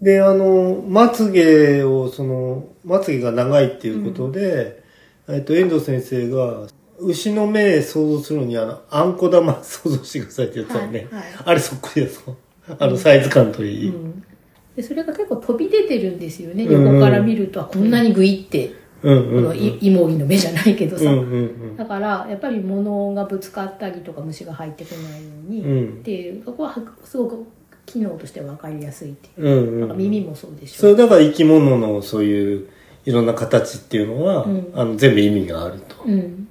であのまつげをそのまつげが長いっていうことで、えっと、遠藤先生が牛の目想像するのにあのあんこ玉想像してくださいってやつだよね、はいはいあれそっくりだぞあのサイズ感といい、うん、でそれが結構飛び出てるんですよねうんうん横から見るとあこんなにグイって、うんうこんうのんイイモリの目じゃないけどうさ、んうんだからやっぱり物がぶつかったりとか虫が入ってこないように、うっんていうここははすごく機能として分かりやすいっていううんなんかうん耳もそうでしそょうだから生き物のそういういろんな形っていうのは、うんあの全部意味があると、うん、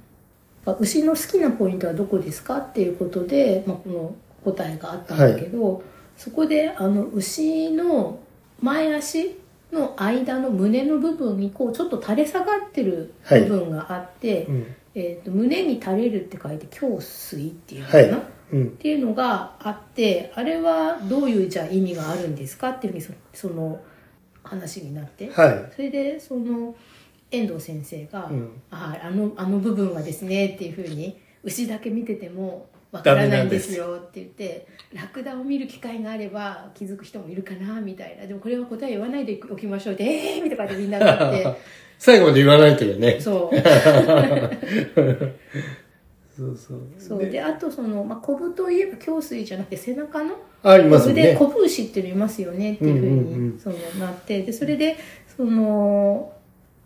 牛の好きなポイントはどこですかっていうことで、まあ、この答えがあったんだけど、そこであの牛の前足の間の胸の部分にこうちょっと垂れ下がってる部分があって、うん、えー、と胸に垂れるって書いて「胸水」っていうのかはな、いうんっていうのがあってあれはどういうじゃあ意味があるんですかっていうふうにそその話になって、はいそれでその遠藤先生が「うんああのあの部分はですね」っていうふうに牛だけ見ててもわからないんですよって言ってラクダを見る機会があれば気づく人もいるかなみたいなでもこれは答え言わないでおきましょうって「ええー!」みたいな感じでみんななって 最後まで言わないとよねそうそうそう。そうであとその、まあ、コブといえば胸椎じゃなくて背中のありまコすブよでね。コブ牛っていうのいますよねっていうふううんうんうにんそのなってでそれでその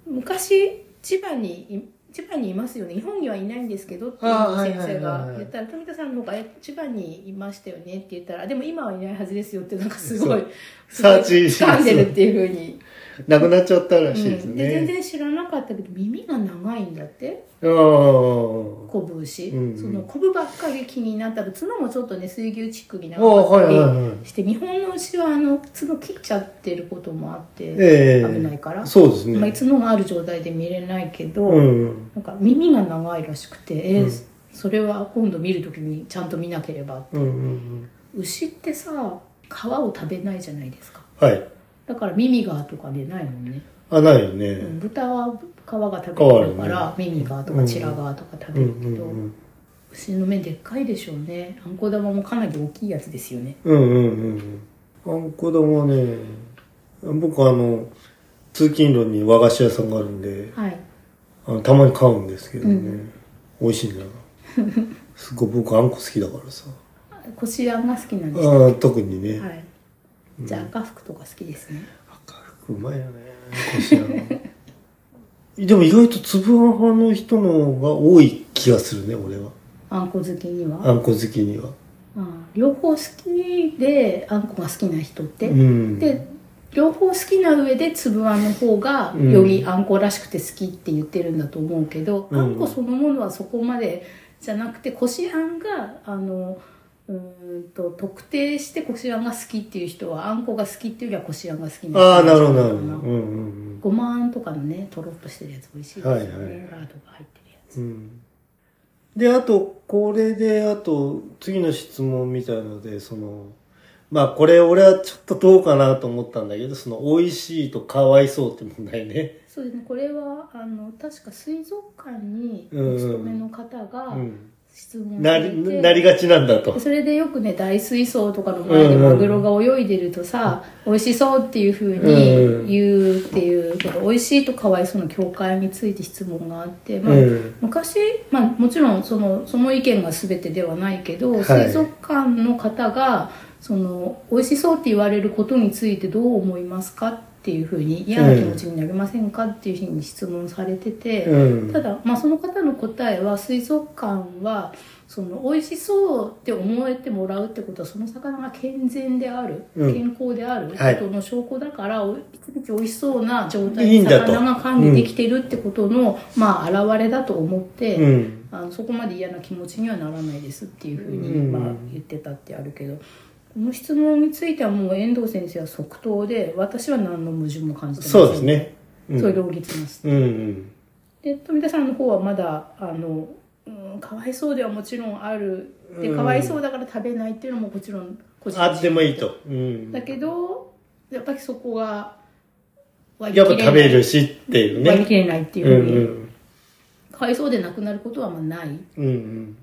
昔千葉にい千葉にいますよね日本にはいないんですけどっていうあーはい先生はいはいがはい言ったら富田さんの方がえ千葉にいましたよねって言ったらでも今はいないはずですよってなんかすごいすごサいーチ掴んでるっていうふうに、なくなっちゃったうらしいですん、ね。で全然知らなかったけど耳が長いんだってああ。コブ牛、うんうんそのコブばっかり気になったら角もちょっとね水牛チックになあかったはいりはいはい。して日本の牛はあの角切っちゃってることもあってええ危ないから、そうですまあ、ね。角がある状態で見れないけど、うん。なんか耳が長いらしくて、えーうんそれは今度見るときにちゃんと見なければうんうんうん。牛ってさ皮を食べないじゃないですかはい。だから耳がとかねないもんね、あ、ないよね。うん豚は皮が食べるか皮あら、耳がとかチラがとか食うべんるけうんど、うん。牛の目でっかいでしょうねあんこ玉もかなり大きいやつですよねうんうんうん。あんこ玉はね、僕あの、通勤路に和菓子屋さんがあるんで、はいあのたまに買うんですけどね。うん美味しいんだよ。 すごい僕あんこ好きだからさ。こしあんが好きなんですああ、特にね。はい。じゃあ赤服とか好きですね。明るくうまいよねこしあんでも意外と粒あん派の人の方が多い気がするね俺はあんこ好きにあは。んこ好きにはうん両方好きであんこが好きな人って。うんで両方好きな上で粒あんの方がうんよりあんこらしくて好きって言ってるんだと思うけど、うんあんこそのものはそこまでじゃなくてこしあんがあのうーんと特定してこしあんが好きっていう人はあんこが好きっていうよりはこしあんが好きな人ああんじなゃるほどいかなるほどうんうんごまあんとかのねとろっとしてるやつ美味しいですよね、はいはいラードが入ってるやつ。うんうんであとこれであと次の質問みたいのでそのまあこれ俺はちょっとどうかなと思ったんだけどその美味しいとかわいそうって問題ねそうですね、これはあの確か水族館におうん勤めの方がうん質問なしていて、りなりがちなんだとそれでよくね大水槽とかの前でマグロが泳いでるとさ、美味しそうっていうふうに言うっていうこと、美味しいとかわいそうの境界について質問があって、まあうん昔、まあ、もちろんそのその意見が全てではないけど、はい水族館の方がその美味しそうって言われることについてどう思いますかっていうふうに嫌な気持ちになりませんかっていうふうに質問されてて、うんただ、まあ、その方の答えは水族館はその美味しそうって思えてもらうってことはその魚が健全である、うん健康であるこはいとの証拠だから、おいつ美味しそうな状態いいでんだと魚が管理できてるってことの、まあ表れだと思って、うんあのそこまで嫌な気持ちにはならないですっていうふうに、うんまあ、言ってたってあるけど。この質問についてはもう遠藤先生は即答で私は何の矛盾も感じてませんそうですねうんそれで降りてまうすんうんで富田さんの方はまだあの、うん、かわいそうではもちろんあるでうんかわいそうだから食べないっていうのももちろん個人的あってもいいと、うん、だけどやっぱりそこが割やっぱ食べるし、しっていう割りね。切れないっていううふうに、んかわいそうでなくなることはまあないうん。うんうん。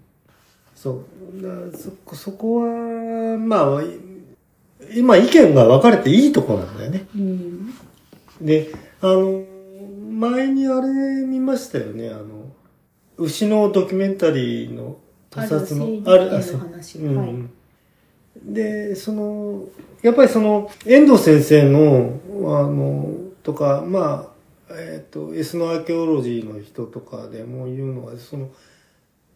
そう。だそこ、そこは、まあ、い今意見が分かれていいとこなんだよね。うんで、あの、前にあれ見ましたよね、あの、牛のドキュメンタリーの、あ他る殺の、あるあのそう話、うんはい、でそのやっぱりその遠藤先生のあのとかまあえっ、とエスノアーケオロジーの人とかでも言うのはその、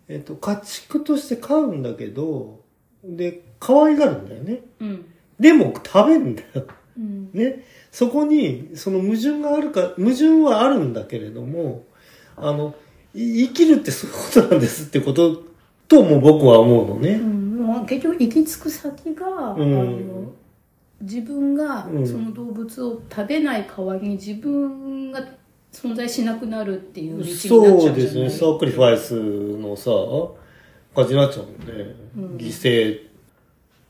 えっと家畜として飼うんだけどで可愛がるんだよねうんでも食べるんだようんね、そこにその矛盾があるか矛盾はあるんだけれどもあのい生きるってそういうことなんですってこととも僕は思うのうね。ん、もう結局行き着く先が、うんあの自分がうんその動物を食べない代わりに自分が存在しなくなるっていう道になっちゃうじゃないそうですねサクリファイスのさ感じになっちゃうもんね、うん犠牲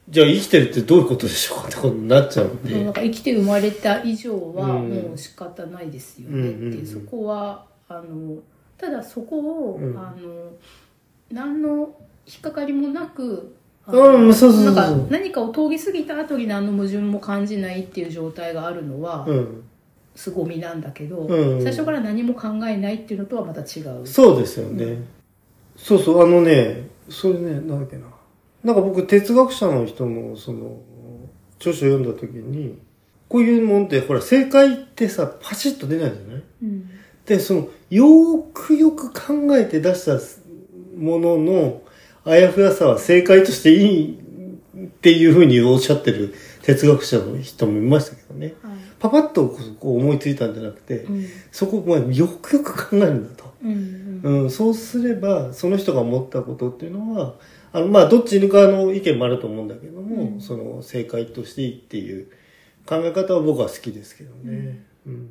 じゃあ生きてるってどういうことでしょうかってことになっちゃうんで、もうなんか生きて生まれた以上はうんもう仕方ないですよねってういう、んうんうんそこはあのただそこを、うんあの何の引っかかりもなくあのうんそうそうそうそうなんか何かを通り過ぎた後に何の矛盾も感じないっていう状態があるのはうん、凄みなんだけど、うん最初から何も考えないっていうのとはまた違う。そうですよね、そうそう、あのね、それね、なんだっけな。なんか僕、哲学者の人の、その、著書を読んだ時に、こういうもんって、ほら、正解ってさ、パシッと出ないじゃないうんで、その、よーくよく考えて出したものの、あやふやさは正解としていいっていうふうにおっしゃってる哲学者の人もいましたけどね。はいパパッとこう思いついたんじゃなくてう、んそこをまあよくよく考えるんだと。うんうん、そうすればその人が思ったことっていうのはあのまあどっちにかの意見もあると思うんだけども、うんその正解としていいっていう考え方は僕は好きですけどね。うん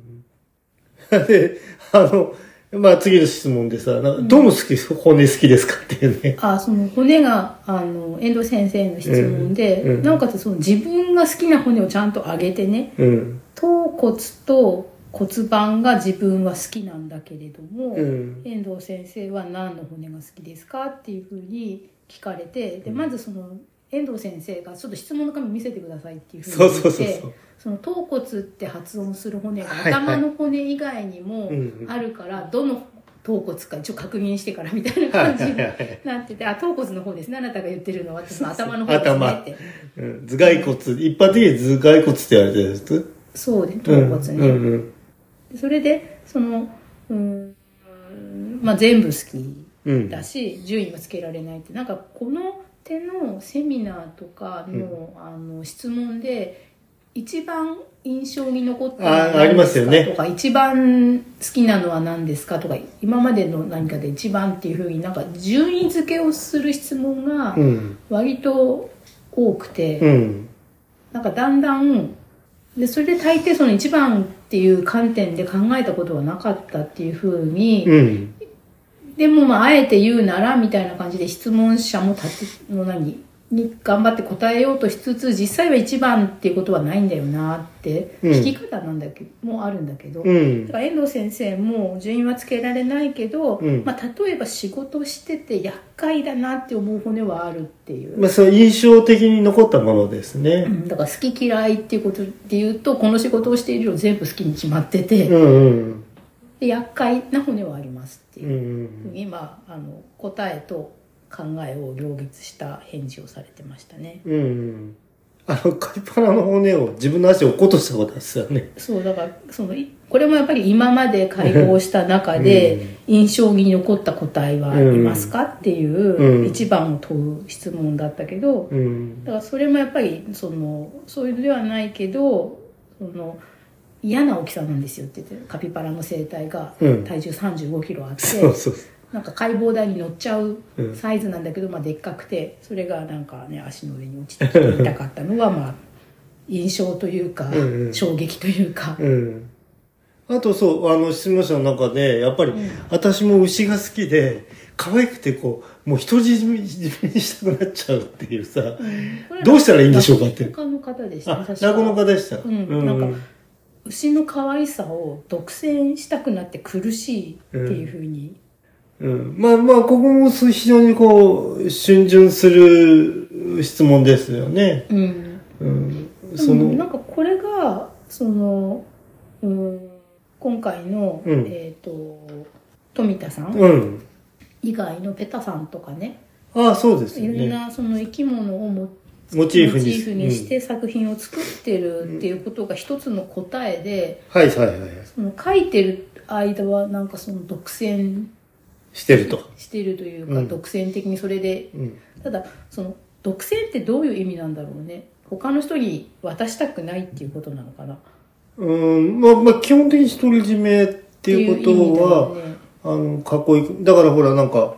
であのまあ次の質問でさ「なんかどの好き、骨好きですか?」っていうね。あその骨があの遠藤先生の質問で、うんうんなおかつその自分が好きな骨をちゃんと上げてねうん頭骨と骨盤が自分は好きなんだけれども、うん遠藤先生は何の骨が好きですかっていうふうに聞かれてでうんまずその遠藤先生がちょっと質問の紙見せてくださいっていうふうそうにそう言っそうてそう。その頭骨って発音する骨がはいはい頭の骨以外にもうんあるからどの頭骨か一応確認してからみたいなはい感じはいにはいなってて「あ頭骨の方ですねあなたが言ってるのは」ってその頭の方そうですねってうん頭蓋骨一般的に頭蓋骨って言われてるんですそうで頭骨ね、うんうんそれでそのうーんまあ全部好きうんうんだし順位はつけられないってなんかこの手のセミナーとかの,、あの質問で一番印象に残ったのはああり何まですよすねかとか、一番好きなのは何ですかとか今までの何かで一番っていうふうになんか順位付けをする質問がうん割と多くて、うんなんかだんだんでそれで大抵その一番っていう観点で考えたことはなかったっていうふうに、うんでもまあ、あえて言うなら、みたいな感じで質問者も立て、の何に頑張って答えようとしつつ、実際は一番っていうことはないんだよなって、うん聞き方なんだけど、もあるんだけど、うんだから遠藤先生も順位はつけられないけど、うんまあ、例えば仕事してて厄介だなって思う骨はあるっていう。まあ、その印象的に残ったものですうね。んだから好き嫌いっていうことで言うと、この仕事をしているより全部好きに決まってて、うんうん。で厄介な骨はありますっていううん。うん、今あの答えと考えを両立した返事をされてましたねうんうん。あの、カリパラの骨を自分の足を落っことしたことですよね。そうだからそのいこれもやっぱり今まで解剖した中うでん印象に残った答えはありますかっていうんう一番を問う質問だったけどうん。だからそれもやっぱりそのそういうのではないけどその嫌な大きさなんですよって言ってカピバラの生態がうん体重3 5キロあって、そうそうそなんか解剖台に乗っちゃううんサイズなんだけど、まあ、でっかくてそれがなんかね足の上に落ちてきて痛かったのはまあ印象というかうんうん衝撃というかう。うん。あとそう、あの、質問者の中で、やっぱり、うん私も牛が好きで、可愛くてこう、もう人質にしたくなっちゃうっていうさ、どうしたらいいんでしょうかって落語家の方でしたあね、確か落語の方でした。うんなんか牛の可愛さを独占したくなって苦しいっていうふうに、うん、まあまあ、ここも非常にこう、逡巡する質問ですよね。うん、うん。でそもの、なんかこれがその、うん、今回の、うんえっ、と富田さんうん。以外のペタさんとかねああ、そうですいよろんね。なその生き物をもモチーフにモチーフして作品を作ってるっていうことが一つの答えで、はいはいはいはい。その書いてる間はなんかその独占してると。してるというか、うん独占的にそれでうん。ただその独占ってどういう意味なんだろうね他の人に渡したくないっていうことなのかなっうん、まあまあ、基本的に独り占めってていうい意う味ことだは、よね。あの、かっこいい。だからほら、なんか、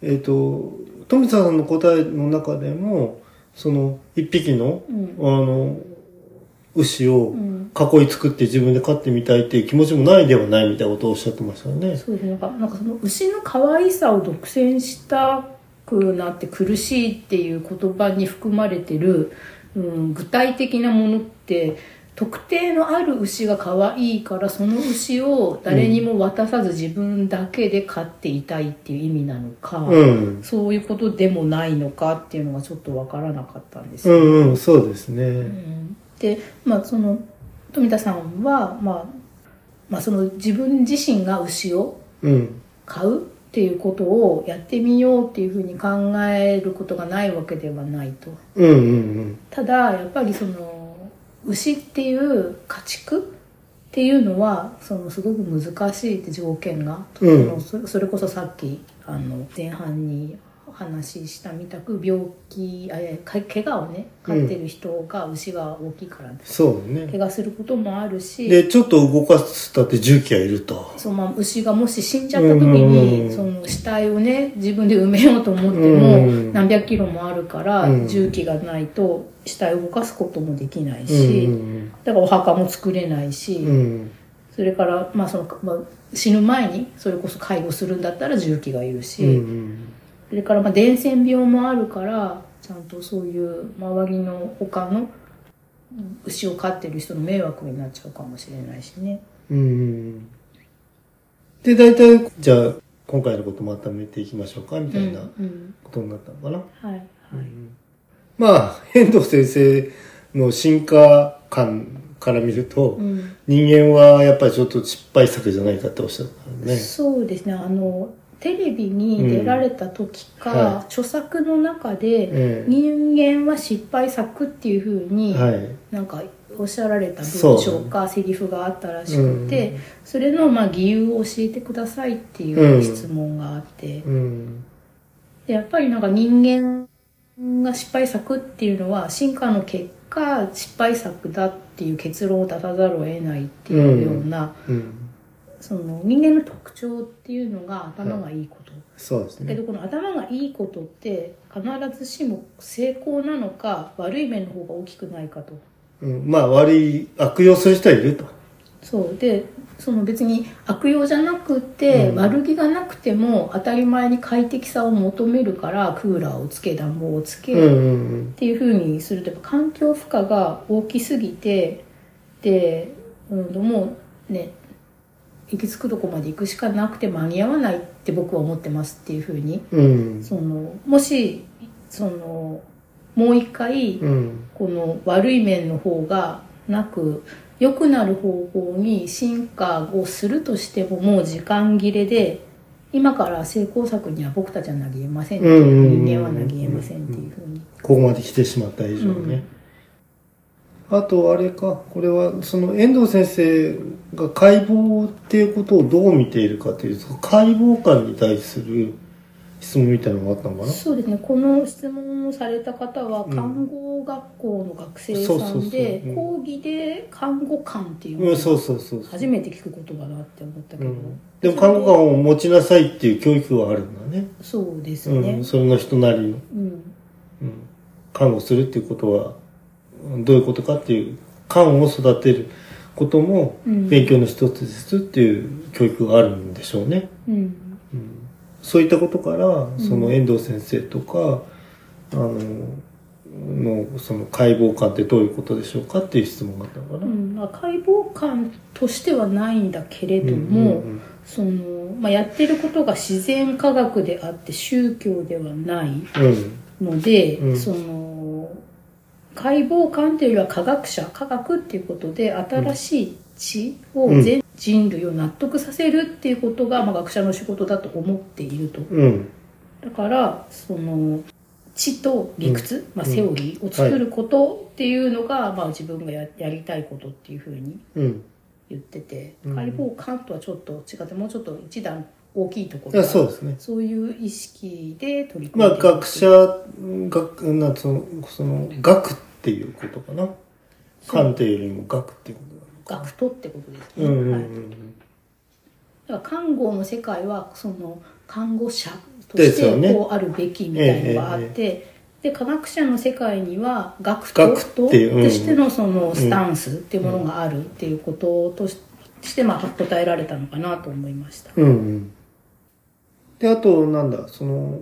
えっ、と、富田さんの答えの中でも、その、一匹の、うんあの、牛をうん囲い作って自分で飼ってみたいっていう気持ちもないではないみたいなことをおっしゃってましたよね。そうですなんかなんかその牛の可愛さを独占したくなって苦しいっていう言葉に含まれてる、うん、具体的なものって特定のある牛が可愛いからその牛を誰にも渡さず自分だけで飼っていたいっていう意味なのか、うん。そういうことでもないのかっていうのがちょっとわからなかったんですうよねんうん、そうですうね。んでまあその富田さんは、まあ、まあその自分自身が牛をうん。買うっていうことをやってみようっていうふうに考えることがないわけではないと。うんうんただやっぱりその牛っていう家畜っていうのはそのすごく難しいって条件が、うんそのそれそれこそさっきあの前半にお話ししたみたく病気あいやか怪我をね飼ってる人が牛が大きいから、そうね怪我することもあるしでちょっと動かしたって重機がいるとそのまあ牛がもし死んじゃった時に、うんその死体をね自分で埋めようと思っても、うん何百キロもあるから、うん重機がないと死体を動かすこともできないうんし、だからお墓も作れないし、うんうんそれから、まあそのまあ、死ぬ前にそれこそ介護するんだったら重機がいるし、うんうんそれからまあ伝染病もあるからちゃんとそういう周りの他の牛を飼ってる人の迷惑になっちゃうかもしれないしね。うんうんで大体じゃあ今回のことまとめていきましょうかみたいなうんうんことになったのかな、はいはいまあ遠藤先生の進化観から見ると、うん人間はやっぱりちょっと失敗作じゃないかっておっしゃったからね。そうですねあのテレビに出られた時か、うんはい著作の中でえ「人間は失敗作」っていうふうえに、はい。なんかおっしゃられた文章かセリフがあったらしくて、それのまあ理由を教えてくださいっていう質問があって、うん。でやっぱりなんか人間が失敗作っていうのは進化の結果失敗作だっていう結論を出さざるを得ないっていうような、うん。その人間の特徴っていうのが頭がいいこと、そうですだけね。どこの頭がいいことって必ずしも成功なのか悪い面の方が大きくないかとうん、まあ悪い、悪用する人はいると。そうでその別に悪用じゃなくて、うん悪気がなくても当たり前に快適さを求めるからクーラーをつけ暖房をつけ、うんっうんていうふうにするとやっぱ環境負荷が大きすぎてで、うん、もうね行き着くとこまで行くしかなくて間に合わないって僕は思ってますっていうふうにうん。うん。そのもしそのもう一回うん。この悪い面の方がなく良くなる方向に進化をするとしてももう時間切れで今から成功策には僕たちは投げえませんっていうんううんうんうん人間は投げえませんっていうふうにここまで来てしまった以上ね。あとあれか、これはその遠藤先生が解剖っていうことをどう見ているかという、その解剖感に対する質問みたいなのがあったのかなそうですねこの質問をされた方はうん看護学校の学生そうさそうそんでううん講義で看護官っていううのん、そうをそうそうそう。初めて聞く言葉だって思ったけうどん、でも看護官を持ちなさいっていう教育はあるんだね。そうですうねん、それの人なりの、ううんん、看護するっていうことはうんどういうことかっていう看を育てることもうん勉強の一つですっていう教育があるんでしょうね。うんうん、そういったことからんその遠藤先生とか、あののその解剖官ってどういうことでしょうかっていう質問があったのかうな。んまあ、解剖官としてはないんだけれどうんも、うんうんそのまあ、やってることが自然科学であって宗教ではないうんので、うんその解剖官というよりは科学者科学っていうことで新しい知をうん全人類を納得させるっていうことが、まあ、学者の仕事だと思っているとうんだからその知と理屈、まあ、うんセオリーを作ることっていうのが、まあ、自分がややりたいことっていうふうにうん言っててうん解剖官とはちょっと違ってもうちょっと一段大きいとこいろやがそうですね。そういう意識で取り組まあんでいく学者学なんそのその学っていうことかなそう官っていうよりも学っていうことなのか学徒ってことですうね、んうんうはい、んだから看護の世界はその看護者とでしすよねてこうあるべきみたいなのがあって、で科学者の世界には学徒学徒とっていううんしてのそのスタンスっていうものがあるっていうこととししてまあ答えられたのかなと思いました。うんうんであとなんだその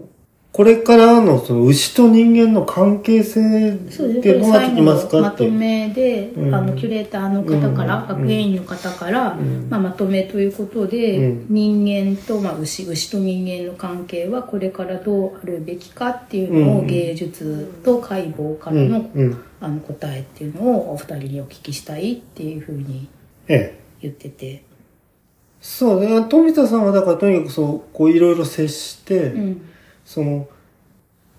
これからのその牛と人間の関係性っそうですてどうねこなってれ最き後ますのかまってという。めで、うんあのキュレーターの方から、うん学園員の方から、うんまあ、まとめということで、うん人間と、まあ、牛牛と人間の関係はこれからどうあるべきかっていうのを、うん芸術と解剖かうらんの,、うんあの答えっていうのをお二人にお聞きしたいっていうふうにええ言っててそうね。富田さんはだからとにかくそう、こういろいろ接して、うんその、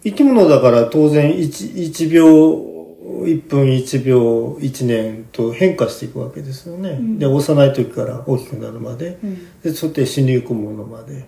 生き物だから当然一一秒、1分1秒1年と変化していくわけですよね。んで、幼い時から大きくなるまで。うんで、そうやって死にゆくものまで。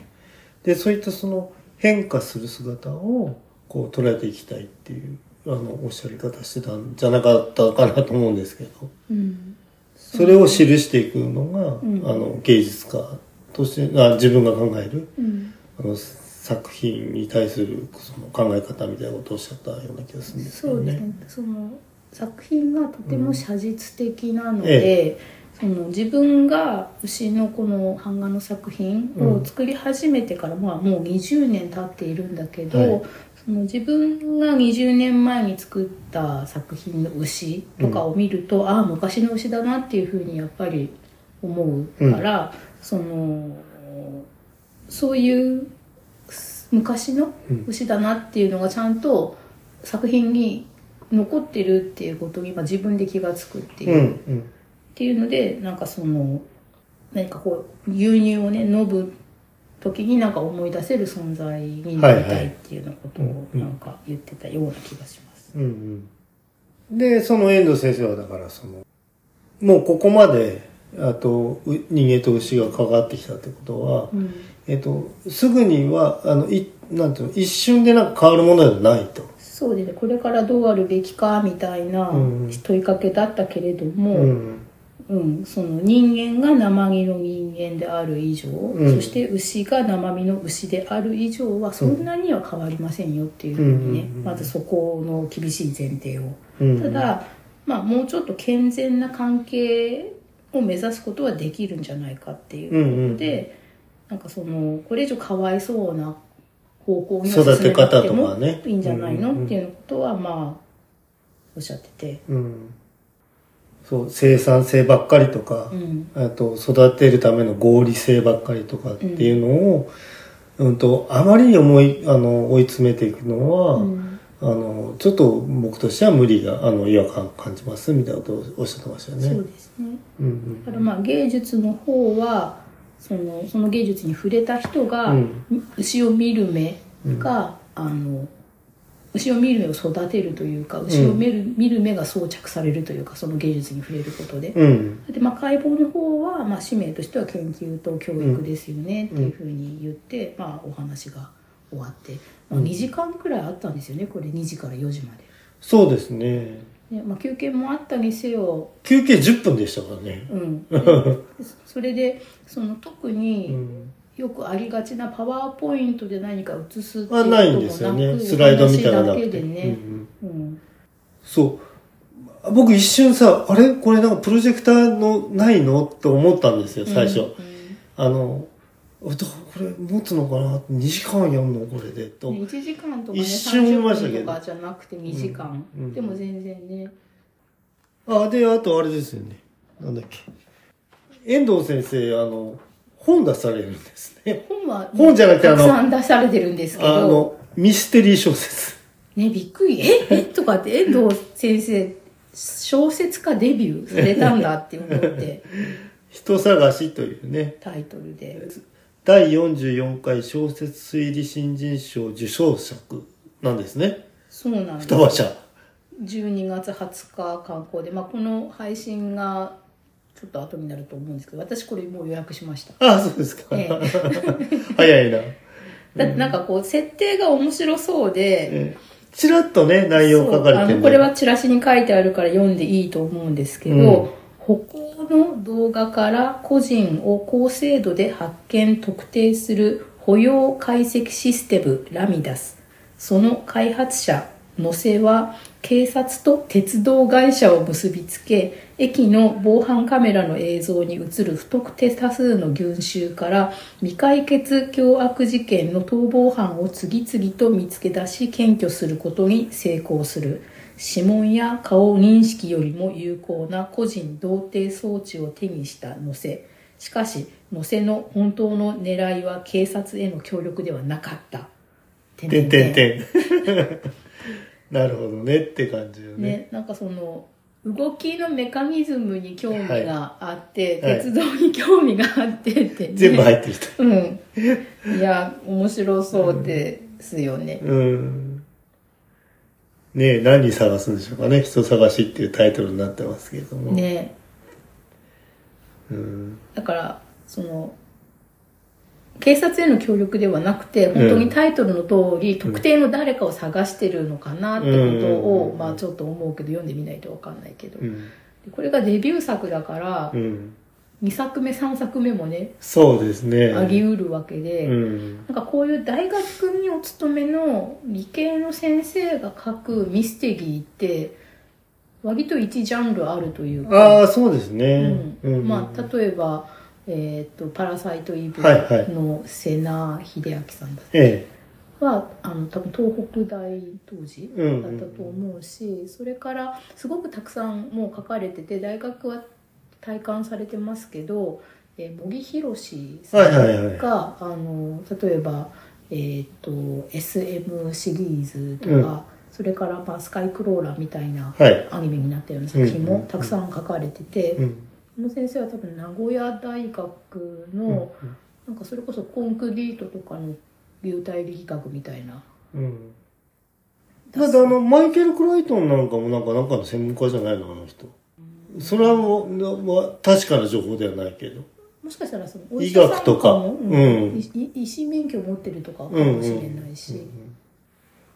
で、そういったその変化する姿を、こう捉えていきたいっていう、あの、おっしゃり方してたんじゃなかったかなと思うんですけど。うんそれを記していくのが、んあの、芸術家として、あ自分が考える、うんあの、作品に対するその考え方みたいなことをおっしゃったような気がするんですけそどうですね。ねその作品がとても写実的なので、その自分が牛のこの版画の作品を作り始めてから、まあ、もう20年経っているんだけど、はいその自分が20年前に作った作品の牛とかを見ると、ああ昔の牛だなっていうふうにやっぱり思うから、そのそういう昔の牛だなっていうのがちゃんと作品に残ってるっていうことに今自分で気がつくっていう,、うっん、うん。ていうのでなんかその何かこう牛乳をね飲む時になんか思い出せる存在になりたいっていうようなことをなんか言ってたような気がします。うんうん、で、その遠藤先生はだからその、もうここまで、あと、う人間と牛が関わってきたってことは、うんえっと、すぐには、あの、い、なんていうの、一瞬でなんか変わるものではないと。そうですねこれからどうあるべきかみたいなうん問いかけだったけれども、うん。うん、その人間が生身の人間である以上、んそして牛が生身の牛である以上はそんなには変わりませんよっていうふうにね、うんうんうんうんまずそこの厳しい前提を、うんただ、まあ、もうちょっと健全な関係を目指すことはできるんじゃないかっていうことで、なんかそのこれ以上かわいそうな方向には進めなくて育て方とかもねいいんじゃないの、うんうんうんっていうことはまあおっしゃってて。うん。そう、生産性ばっかりとかう、んあと、育てるための合理性ばっかりとかっていうのを、うん、と、あまりに思い、あの、追い詰めていくのは、うんあの、ちょっと僕としては無理が、あの、違和感感じます、みたいなことをおっしゃってましたよね。そうですねうんだからまあ芸術の方はそのその芸術に触れた人が、うん牛を見る目が、あの牛を見る目を育てるというか牛を見る,、見る目が装着されるというかその芸術に触れることで。うん。うん。でまあ、解剖の方は、まあ、使命としては研究と教育ですよね、っていうふうに言って、まあ、お話が終わって、まあ、2時間くらいあったんですよねこれ2時から4時まそうですね。でで、まあ、休憩もあったにせよ休憩10分でしたからね。 うん、でそれでその特うにん。よくありがちなパワーポイントで何か映すっていうはこともなないんくですよね。スライドみたいなのおな話くて。だけでうんね、うんうんそう。僕一瞬さ、あれこれなんかプロジェクターのないのって思ったんですよ、最初。うんあの、どこれ持つのかな ?2 時間やんのこれで。と。ね1時間とかね一瞬思いました30けど分とかじゃなくて2時間、うんうんでも全然ねあ、で、あとあれですよね。なんだっけ。遠藤先生、あの、本出されるんですね。本は本じゃなくてあたのくさん出されてるんですけあど、の、ミステリー小説。ね、びっくり「ええとかって遠藤先生小説家デビューされたんだって思って人探しというね。タイト ルで第44回小説推理新人賞受賞作なんですね。そうなんです双葉社。 12月20日観光で、まあ、この配信がちょっと後になると思うんですけど私これもう予約しましたあ、そうですか。え 早いな。だってなんかこう設定が面白そうで、えーちらっとね、内容書かれてそうあるのこれはチラシに書いてあるから読んでいいと思うんですけど、歩行の動画から個人を高精度で発見特定する歩容解析システムラミダスその開発者野瀬は警察と鉄道会社を結びつけ駅の防犯カメラの映像に映る不特定多数の群衆から未解決凶悪事件の逃亡犯を次々と見つけ出し検挙することに成功する指紋や顔認識よりも有効な個人同定装置を手にした野瀬しかし野瀬の本当の狙いは警察への協力ではなかった。ててん てんてん。なるほどねって感じよね。ね、なんかその動きのメカニズムに興味があって、はい鉄道に興味があってって、ね、全部入ってきた。うん。いや、面白そうですよね。うん。ねえ、何探すんでしょうかね。人探しっていうタイトルになってますけれども。ねうん。だから、その、警察への協力ではなくて、本当にタイトルの通り、特定の誰かを探してるのかなってことを、うんまあちょっと思うけど、読んでみないとわかんないけど。うん。これがデビュー作だから、うん。 2作目、3作目もね、そうですね。あり得るわけで、うん。なんかこういう大学にお勤めの理系の先生が書くミステリーって割と一ジャンルあるというあか、あ、そうですね。うんまあ、例えば、えーと「パラサイト・イブはいは」いの瀬名秀明さんだえはあの多分東北大当時え。うんだったと思うしそれからすごくたくさんもう書かれてて大学は体感されてますけど、えー、茂木宏さんが、はいはいはいあの例えば、えー、と SM シリーズとか、うんそれから、まあ「スカイクローラー」みたいなはい。アニメになったような作うん品うんうもんたくさん書かれてて、うん。この先生は多分名古屋大学の、なんかそれこそコンクリートとかの流体力学みたいな。うん。だってあの、マイケル・クライトンなんかもなんか、なんかの専門家じゃないの、あの人。それはもう、まあ、確かな情報ではないけど。もしかしたらその医学とかお医者さんもうんうんいい医師免許持ってるとかかうんうんもしれないし、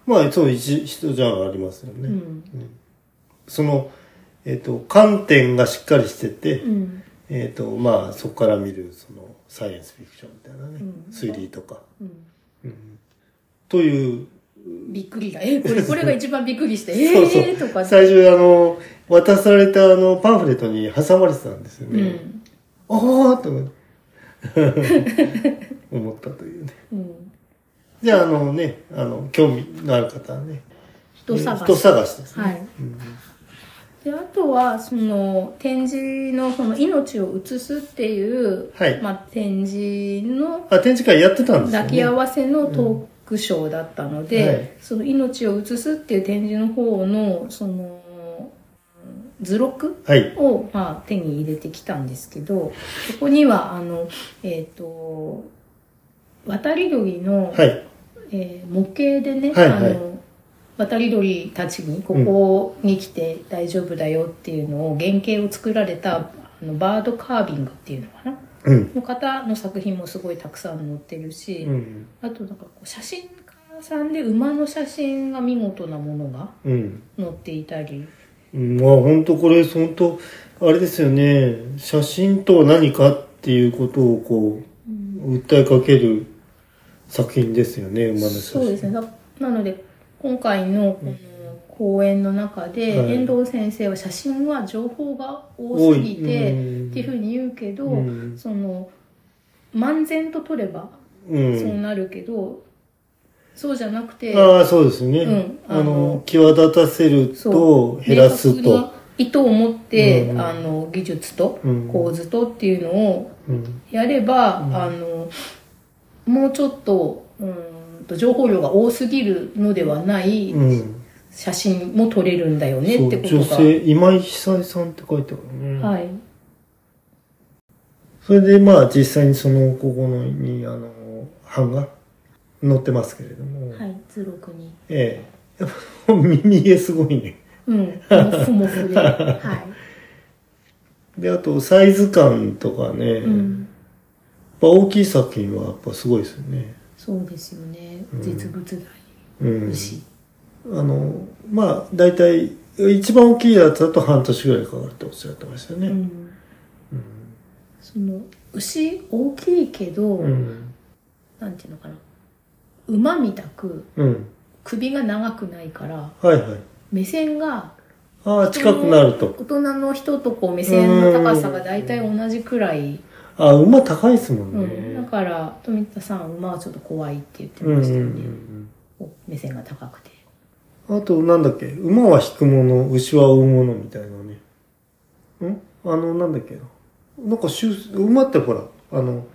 まあ、そう、一、人じゃありますようね。んその、えっ、と、観点がしっかりしてて、うんえっ、と、まあ、そこから見る、その、サイエンスフィクションみたいなね、うん推理とか、うんうんという、びっくりだえこれこれが一番びっくりし てそうそうえーとか最初、あの、渡されたあの、パンフレットに挟まれてたんですようね。んああと思って思ったというね。うんじゃあ、あのね、あの、興味のある方はね、人探し人探しですね。はいうんであとはその展示のその命を移すっていう、はいまあ、展示のあ、展示会やってたんですよね。抱き合わせのトークショーだったので、うんはいその命を移すっていう展示の方のそのうん図録はい。を、まあ、手に入れてきたんですけど、そこには、あの、えっ、と、渡り鳥の、はい。えー模型でね、はいはいあの、渡り鳥たちに、ここに来て大丈夫だよっていうのを、原型を作られた、あのバードカービングっていうのかなうん。の方の作品もすごいたくさん載ってるし、うん。あとなんかこう写真家さんで馬の写真が見事なものがうん。載っていたり、うんまあ本当これ本当あれですよね写真とは何かっていうことをこう訴えかける作品ですよね馬の写真そうですねだなので今回のこの講演の中で、はい遠藤先生は写真は情報が多すぎ多ていうんっていうふうに言うけど、うんその漫然と撮ればうそうんなるけど、そうじゃなくてああそうですね、うんあのあの際立たせるとそう減らす明確なと、意図を持って、うんあの技術とうん構図とっていうのをうんやれば、あのもうちょっとうーんと情報量が多すぎるのではないうん、写真も撮れるんだよそねうってこと女が、性今井久恵さんって書いてあるね、はい、それでまあ実際にそのここのにあの版が載ってますけれども、はい、図録に、ええ。耳毛すごいね。うん、モフ モフで、はで、あと、サイズ感とかね。い、うん、やっぱ大きい作品はやっぱすごいですよね。そうですよね、実物うん大。し、あの、まあ、大体、一番大きいやつだと半年ぐらいかかるっておっしゃってましたようね。ん、その牛大きいけど、うん。なんていうのかな馬みたくうん。首が長くないからはいはい。目線がああ、近くなると。大人の人とこう目線の高さが大体同じくらい、ああ、馬高いですもうんんね。だから富田さんは馬はちょっと怖いって言ってうんまうんしうたよね、んこう目線が高くてうん。あと、なんだっけ、馬は引くもの、牛は追うものみたいなね。んあの、なんだっけな。なんか、しゅ馬ってほら、あの、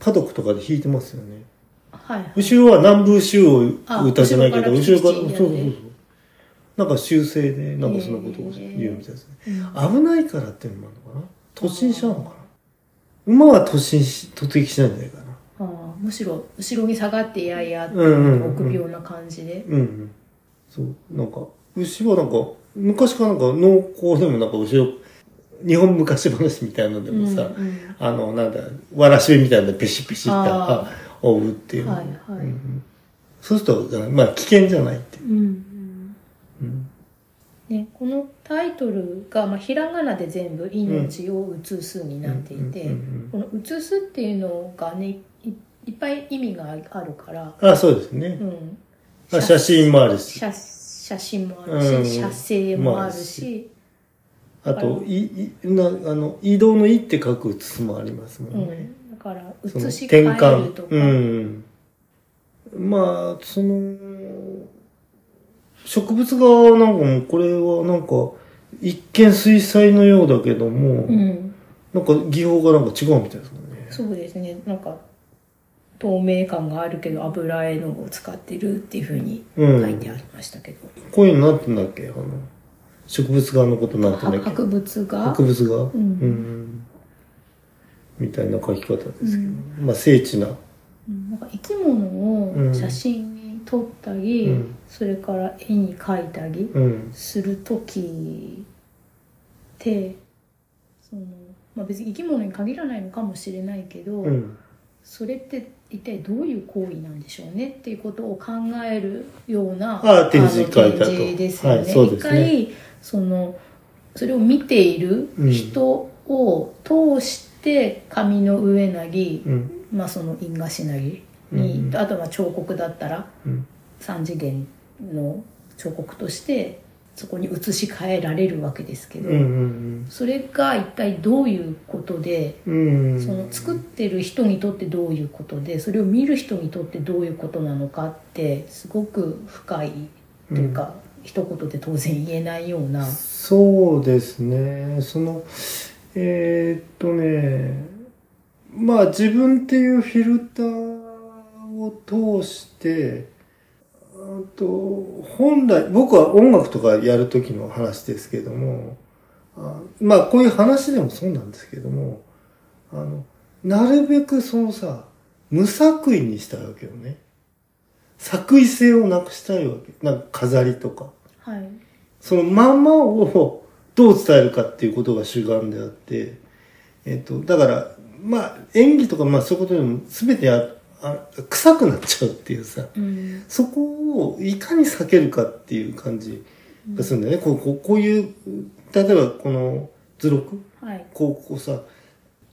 パドックとかで引いてますよね。はいはい後ろは南部州を歌じゃないけど、あ後ろ後ろか、からそうそらうそうピッチンやってそう。なんか修正で、なんかそんなことを言うみたいですね。危ないからっていうのもあるのかな突進しちゃうのかな馬は突進し、突撃しないんじゃないかな。ああむしろ後ろに下がっていやいやってうんうんうん臆病な感じで、うん、うん。そう。なんか、牛はなんか、昔からなんか農耕でもなんか牛を、日本昔話みたいなのでもさ、うんうんあの、なんだ、わらしべみたいなのでペシペシってああ追うっていう。はいはいうんそうすると、まあ危険じゃないっていう。うんうんうんね、このタイトルが、まあ、ひらがなで全部「命を移す」になっていて、うんうんこの「移す」っていうのがねいいっぱい意味があるから、うんあ、そうですねう。ん、あ写真もあるし、写写真もあるし、うん写生もあるし、あと、い、い、な、あの、移動の「い」って書くつもありますもうんね。ん、だからその移し替えるとか、うん。まあ、その、植物画なんかも、これはなんか、一見水彩のようだけども、うんなんか技法がなんか違うみたいですもんね。そうですねなんか透明感があるけど油絵の具を使ってるっていうふうにうん書いてありましたけど、こういうのなんて言うんだっけあの、植物画のことなんて言うんだっけ博物が博物画んうんみたいな書き方ですけど、うんまあ精緻な。うんなんか生き物を写真に撮ったり、うんそれから絵に描いたりうん。する時ってその、まあ、別に生き物に限らないのかもしれないけど、うん。それって一体どういう行為なんでしょうねっていうことを考えるようなあー展示会だとあの展示ですよね。はいそうですね一回そのそれを見ている人を通して紙の上なぎ、うん。まあ、その因果しなぎうに、んうんあとは彫刻だったらうん。 3次元の彫刻としてそこに移し替えられるわけですけうんど、うんそれが一体どういうことで、うん。うん。その作ってる人にとってどういうことでそれを見る人にとってどういうことなのかってすごく深いというか、一言で当然言えないような。そうですね。その、えーっとね、まあ自分っていうフィルターを通して、あと、本来、僕は音楽とかやる時の話ですけども、あまあこういう話でもそうなんですけども、あの、なるべくそのさ、無作為にしたいわけよね。作為性をなくしたいわけ。なんか飾りとか。はいそのまんまをどう伝えるかっていうことが主眼であって、えっと、だから、まあ、演技とか、まあ、そういうことでも、すべてああ、臭くなっちゃうっていうさ、うんそこをいかに避けるかっていう感じがするんだよね。こう、こうこういう、例えばこの図録、はいこう、こうさ、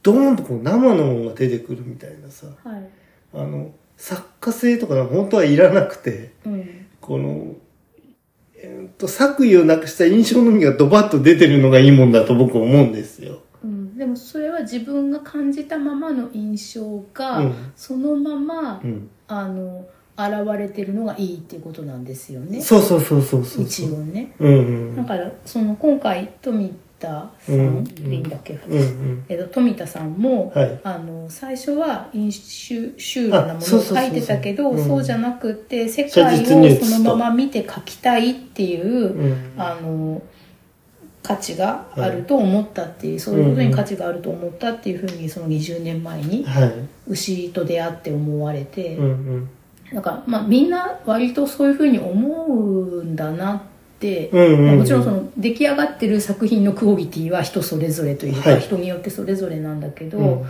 ドーンとこう生のものが出てくるみたいなさ、はいあの、作家性とかなんか本当はいらなくて、うんこの、えーっと、作為をなくした印象のみがドバッと出てるのがいいもんだと僕は思うんですよ。うん、でもそれは自分が感じたままの印象が、うんそのまま、うん。あの現れてるのがいいっていうことなんですよねそうそうそうそうそう。一応ねうんうだん。からその今回富田さん、うんでいいんだっけ、うんうん。えっと、富田さんも、はい。あの最初は飲酒シュールなもあのそうをそうそうそう書いてたけどうそうんじゃなくて世写界実に移すをとそのまま見て書きたいっていう、うん。あの価値があると思ったっていう、そういうことに価値があると思ったっていうふうにその20年前にはい。牛と出会って思われて、うんうん。なんかまあみんな割とそういうふうに思うんだなって、うんうんうんまあもちろんその出来上がってる作品のクオリティは人それぞれというか、はい人によってそれぞれなんだけど、うん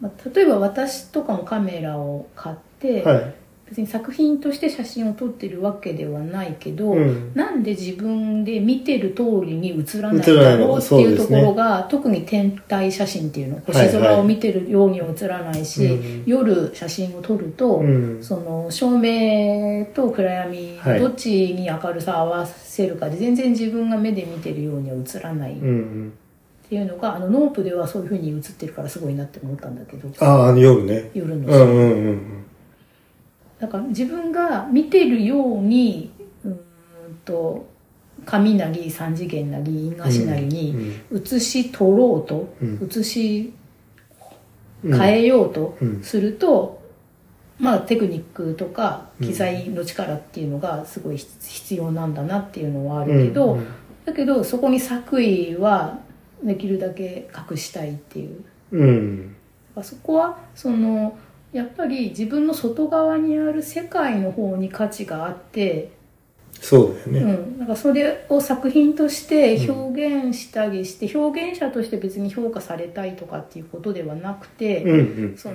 まあ、例えば私とかもカメラを買って、はい。別に作品として写真を撮ってるわけではないけど、うん。なんで自分で見てる通りに映らないん映らなだいろのうってそういでうとすこねろが、特に天体写真っていうのはい星空を見てるようには映らないし、うん夜写真を撮ると、うん。その照明と暗闇はいどっちに明るさを合わせるかで全然自分が目で見てるようには映らないっうんうん。ていうのが、あのノープではそういうふうに映ってるからすごいなって思ったんだけどああ、あの夜ね。夜のうんうんうんだから自分が見てるようにうーんと紙なり三次元なりう因ん。果しなりに写し取ろうとうん写しうん。変え。えようとうん。すると、まあ、テクニックとか機材の力っていうのがすごい必要なんだなっていうのはあるけど、うんうんだけどそこに作為はできるだけ隠したいっていううん。だからそこはそのやっぱり自分の外側にある世界の方に価値があって、そうだようね。ん、なんかそれを作品として表現したりして、表現者として別に評価されたいとかっていうことではなくて、うんうん。その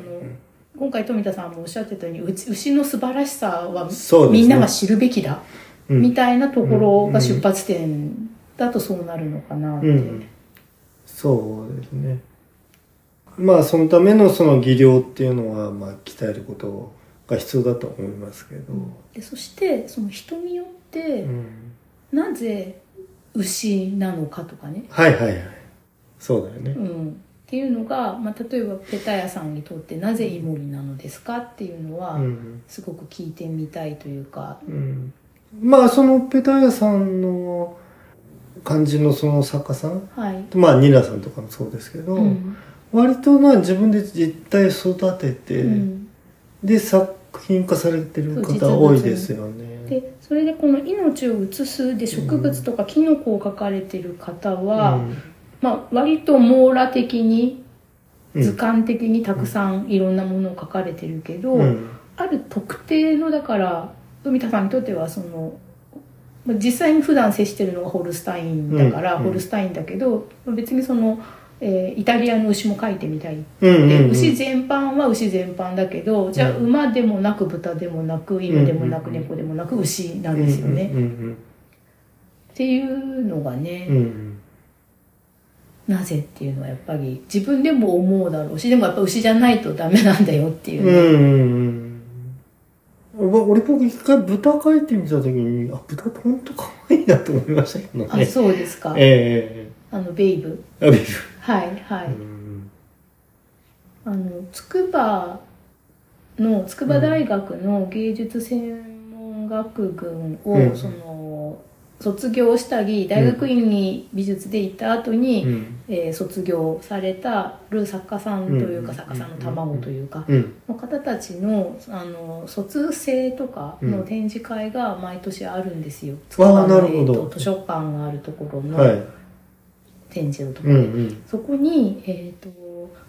今回富田さんもおっしゃってたようにうち牛の素晴らしさはそうですねみんなが知るべきだ、うんみたいなところが出発点だとそうなるのかなって、うん、そうですね。まあそのためのその技量っていうのはまあ鍛えることが必要だと思いますけど。でそしてその人によってうんなぜ牛なのかとかね、はいはいはい。そうだよねう。ん、っていうのが、まあ、例えばペタヤさんにとってなぜイモリなのですかっていうのは、うんすごく聞いてみたいというか、うん、まあそのペタヤさんの感じのその作家さんはい、まあニラさんとかもそうですけど、うん割とな自分で実体育てて、うんで作品化されてるそう実方物多いですよね。でそれでこの「命を移す」で植物とかキノコを描かれてる方は、まあ、割と網羅的にうん図鑑的にたくさんいろんなものを描かれてるけど、うんうんある特定のだから富田さんにとってはそのまあ実際に普段接してるのがホルスタインだから、うんホルスタインだけどまあ別にその、えーイタリアの牛も描いてみたいってうんうんうん牛全般は牛全般だけどじゃあうん馬でもなく豚でもなく犬でもなくうんうんうん猫でもなく牛なんですよね。うんうんっていうのがね、うんうんなぜっていうのはやっぱり自分でも思うだろうしでもやっぱ牛じゃないとダメなんだよっていううね、んうんうんわ俺僕一回豚描いてみた時にあ豚ってほんと可愛いなと思いましたけどあね。そうですか、えあのベイブえあビはいはい、うんあの筑波の筑波大学の芸術専門学群を、うんその卒業したり大学院に美術で行った後に、うんえー卒業されたる作家さんというか、うん作家さんの卵というか、うんの方たちのあの卒生とかの展示会が毎年あるんですよ、筑波なのるほどえーと図書館があるところはのい。展示のとこうろ、んうん。そこに、えー、と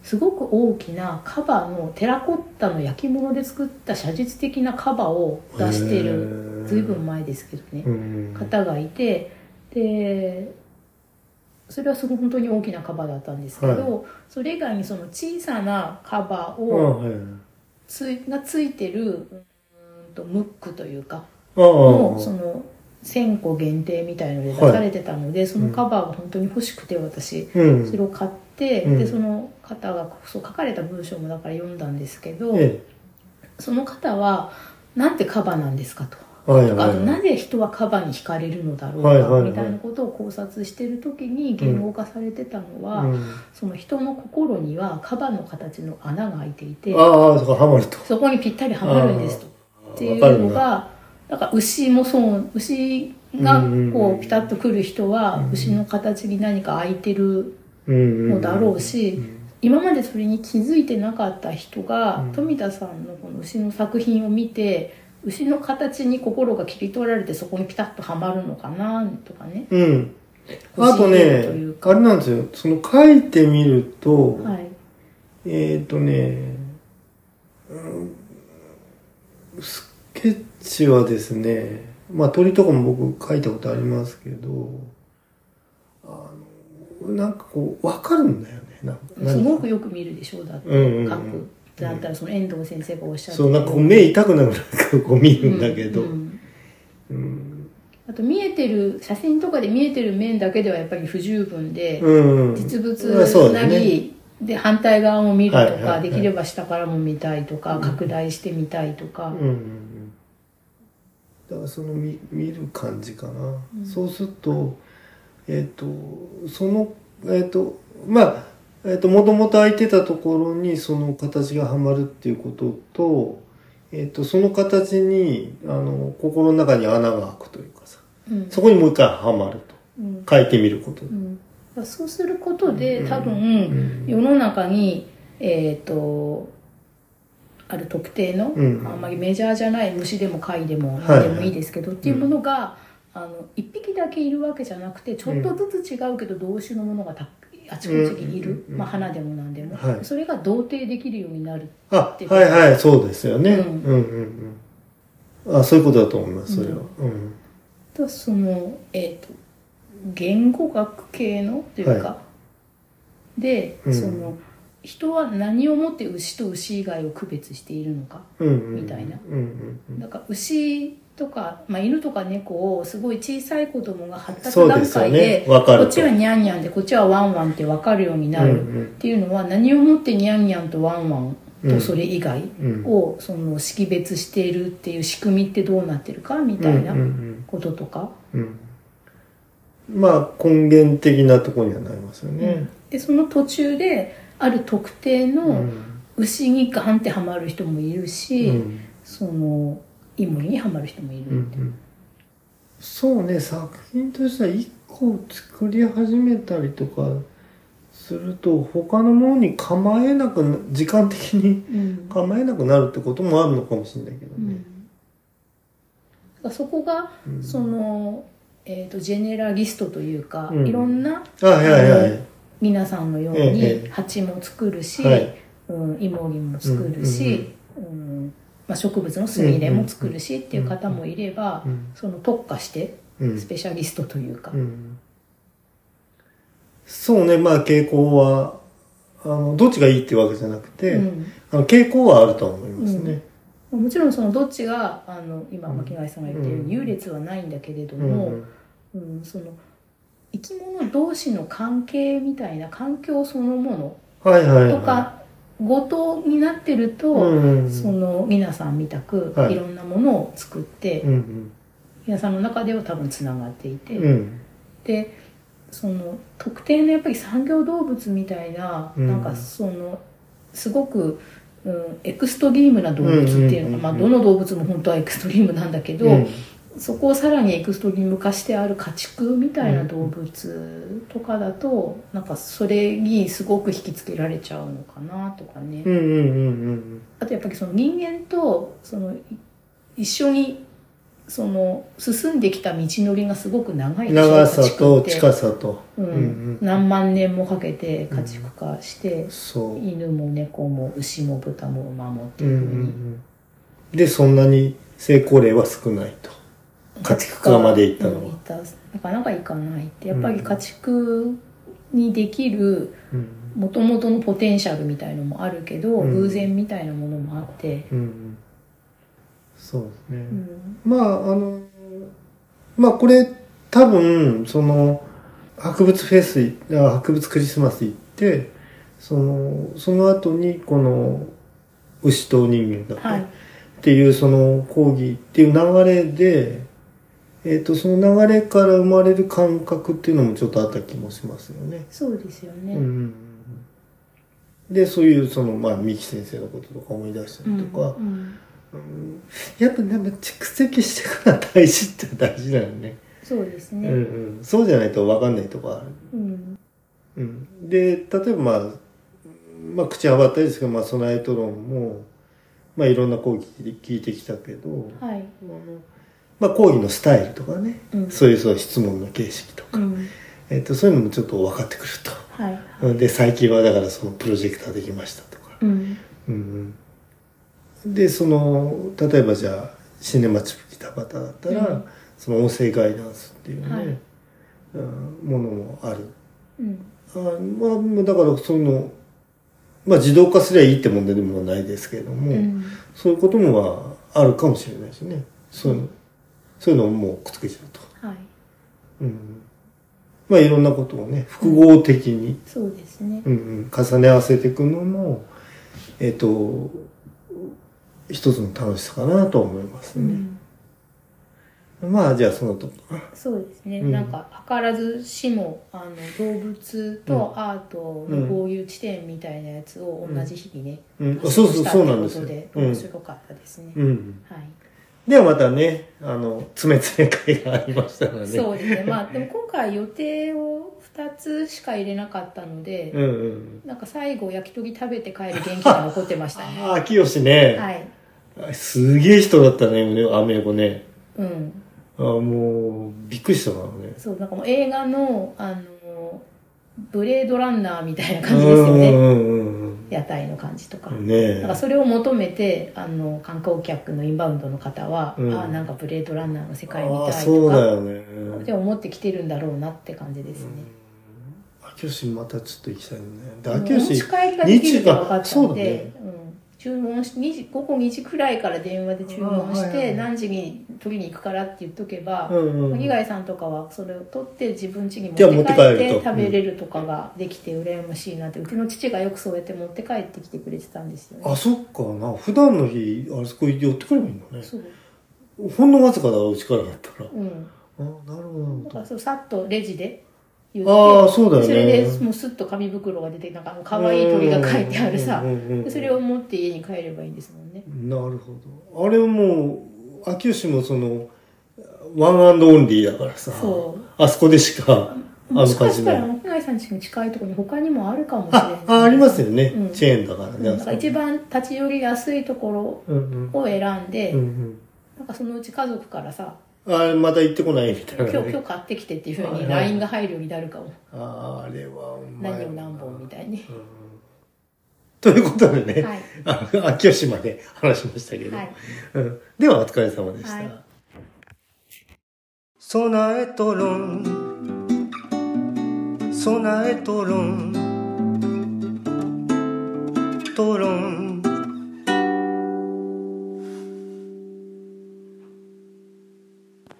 すごく大きなカバのテラコッタの焼き物で作った写実的なカバを出してるる随分前ですけどね、うん方がいてでそれはすごい本当に大きなカバだったんですけど、はそれ以外にその小さなカバあをはい。ついがついてるうーんとムックというかああ。のその1000個限定みたいので出されてたので、そのカバーが本当に欲しくて私、うん。それを買って、うんでその方がそう書かれた文章もだから読んだんですけど、えその方は「なんてカバーなんですか?」と。え。はいとかはいあとは。ないぜ人はカバに惹かれるのだろうはいはいはいかみたいなことを考察してる時に言語化されてたのは、うんその人の心にはカバの形の穴が開いていてああ、そうか、ハマると。そこにぴったりはまるんですとっていわかるうのな。がなんか牛もそう牛がうんうんうこんうピタッとくる人は牛の形に何か開いてるののだろうし、ん今までそれに気づいてなかった人が、うん富田さんのこの牛の作品を見て牛の形に心が切り取られてそこにピタッとはまるのかなとかね。うん。あと不思議といねう、かあれなんですよ。その書いてみると、はい、えっ、ー、とね、うんスケッチはですね、まあ鳥とかも僕書いたことありますけど、あの、なんかこう、わかるんだよね。なんかすごくくよく見るでしょうだって、うんうんうん書くってなったらその遠藤先生がおっしゃってそう、なんかこう目痛くなるなんかこう見るんだけど、ううんうんんあと見えてる写真とかで見えてる面だけではやっぱり不十分で、うん実あそうだ物なよねり、で反対側も見るとか、はいはいはいできれば下からも見たいとか、拡大してみたいとか、うんうんうんだからその見見る感じかな、そうするとえっ、とそのえっ、とまあえっ、ともともと空いてたところにその形がはまるっていうことと,、えっとその形にあの心の中に穴が開くというかさうんそこにもう一回はまるとうん書いてみることでう。ん、だからそうすることで多分、うん世の中にえっ、とある特定の、うんあんまりメジャーじゃない虫でも貝でもはい何でもいいですけどっていうものが、あの1匹だけいるわけじゃなくてちょっとずつ違うけど同種のものがたあちこちにいる、うんまあ、花でも何でも、はいそれが同定できるようになるあて、はいはい、そうですよね。ううんんうんうん。あ、そういうことだと思います、それは。うん。とそのえっ、と言語学系のというか、で、うんその人は何をもって牛と牛以外を区別しているのかうんうんうん。みたいなうんうんうん。なんか牛とか、まあ、犬とか猫をすごい小さい子供が発達そうで段すよ階ねで。わかこるっと。ちはニャンニャンでこっちはワンワンって分かるようになうんうるんっていうのは、何をもってニャンニャンとワンワンとそれ以外うん。をその識別しているっていう仕組みってどうなってるかみたいなうんうんこととか。うんうん。まあ、根源的なところにはなりますよね。でその途中である特定うのん。牛にガンってハマる人もいるうし、んそのイモリにハマる人もいる、うんうんそうね、作品としては一個作り始めたりとかすると、他のものに構えなくな、時間的に うん構えなくなるってこともあるのかもしれないけどうね。んだからそこが、うんその、えー、とジェネラリストというか、うんいろんなあ、はいはいはい。皆さんのようええに蜂も作るし、はいうん、イモリも作るし、うんまあ、植物のスミレも作るしっていう方もいれば、うんその特化してうんスペシャリストというか、うんそうね、まあ傾向は、あの、どっちがいいってわけじゃなくて、うんあの傾向はあるとは思いますね。もちろんそのどっちがあの今巻貝さんが言ったようにうん優劣はないんだけれどうも、んうん、その生き物同士の関係みたいな環境そのもはいはいはい。のとかごとになってると、うんうんその皆さんみたくはいいろんなものを作って、うん皆さんの中では多分つながっていて、うん。うん。でその特定のやっぱり産業動物みたいな、うんなんかそのすごく、うん、エクストリームな動物っていううんうんうんうのんか、まあ、どの動物も本当はエクストリームなんだけど、うんそこをさらにエクストリーム化してある家畜みたいな動物とかだと、なんかそれにすごく引きつけられちゃうのかなとかね、うんうんうんうんあとやっぱりその人間とそのい一緒にその進んできた道のりがすごく長いうん。でしょ長さと家畜って近さと。うんうんうん何万年もかけて家畜化して、そう。うん犬も猫も牛も豚も馬もってういんうふうに、うん。で、そんなに成功例は少ないと。家畜化まで行ったのはうん行ったなかなか行かないってやっぱり家畜にできるうんもともとのポテンシャルみたいのもあるけど、うん偶然みたいなものもあって、うんうん。そうですね。うんまあ、あの、まあこれ、多分、その、博物フェスい、あ博物クリスマス行って、その、その後に、この、牛と人間だはっいけっていう、その、講義っていう流れで、えっ、と、その流れから生まれる感覚っていうのもちょっとあった気もしますよね。そうですよね、うんうんうん。で、そういう、その、まあ、三木先生のこととか思い出したりとか、うんうんうんやっぱなんか蓄積してから大事って大事だよね。そうですうんね、うん、そうじゃないと分かんないとこある。うんうん、で、例えばまあ、まあ口はばったりですけど、まあ備えトロンも、まあいろんな講義聞いてきたけど、はい、まあ講義のスタイルとかね、うんそういうそう質問の形式とか、うんえっと、そういうのもちょっと分かってくるはいと。うんで、最近はだからそのプロジェクターできましたとか、うんうんうん、でその例えばじゃあシネマチュプキタバタだったら、うんその音声ガイダンスっていうね、はいうんものもあるうんあまあもうだからそのまあ自動化すりゃいいって問題でもないですけれども、うんそういうこともまああるかもしれないしねそういうのそういうのをもうくっつけちゃうと、はいうん、まあいろんなことをね複合的に、そうですねうんうん、重ね合わせていくのも、えっ、と、一つの楽しさかなと思いますうね。んまあ、じゃあそのとこかな。そうですね、うんなんか図らずしもあの動物とアートの合流地点みたいなやつを同じ日にね、うん、あ発そう信そう、したそうなんでってすよことで。うん面白かったですね、うん。はいではまたね、あの、つめつめ会がありましたので。そうですねまあでも今回予定を2つしか入れなかったので、うんうん。なんか最後焼き鳥食べて帰る元気が残ってました ねああ、清しね。はいすげえ人だったね、アメ横ね。うんあもう、びっくりしたからね。そうなんかもう映画のあのブレードランナーみたいな感じですよねうんうん屋台の感じとか、うん。ねなんかそれを求めてあの観光客のインバウンドの方は、うんああなんかブレードランナーの世界みああ、たいそとうだかよね。で思ってきてるんだろうなって感じですね、秋吉またちょっと行きたいよね。であの秋お持ち吉、帰りができるって分か日中がったそのうだでねう、ん、注文し2時午後2時くらいから電話で注文あしはいはいはてい何時に取りに行くからって言っとけば、うんうん二貝さんとかはそれを取って自分家に持っじゃあ持てって帰帰っるとて食べれるとかができて羨ましいなってうちの父がよくそうやって持って帰ってきてくれてたんですよねあ、そっかな。普段の日、あそこ寄ってくればいいんだね。そうほんのわずかだろう、力だったら。うんあ、なるほだかど。らそうさっとレジで言ああ、そうだよね。それでもうスッと紙袋が出てなんかあの可愛い鳥が書いてあるさうんうんうんうんでそれを持って家に帰ればいいんですもんねなるほどあれはもう秋吉もそのワンアンドオンリーだからさそうあそこでしかあものし感かじしたならい奥貝さんちに近いところに他にもあるかもしれないああありますよね、うんチェーンだからね、うんだから一番立ち寄りやすいとこうんうんろを選んで、うんうんなんかそのうち家族からさあれまた行ってこないみたいな、今日今ね日、買ってきてっていうふうはいにはい LINE が入るようになるかもああれはうまい何を何本みたいにうんということでね、はいあの秋吉まで話しましたけど、はいうん、ではお疲れ様でした。はい備えとろん備えとろんとろん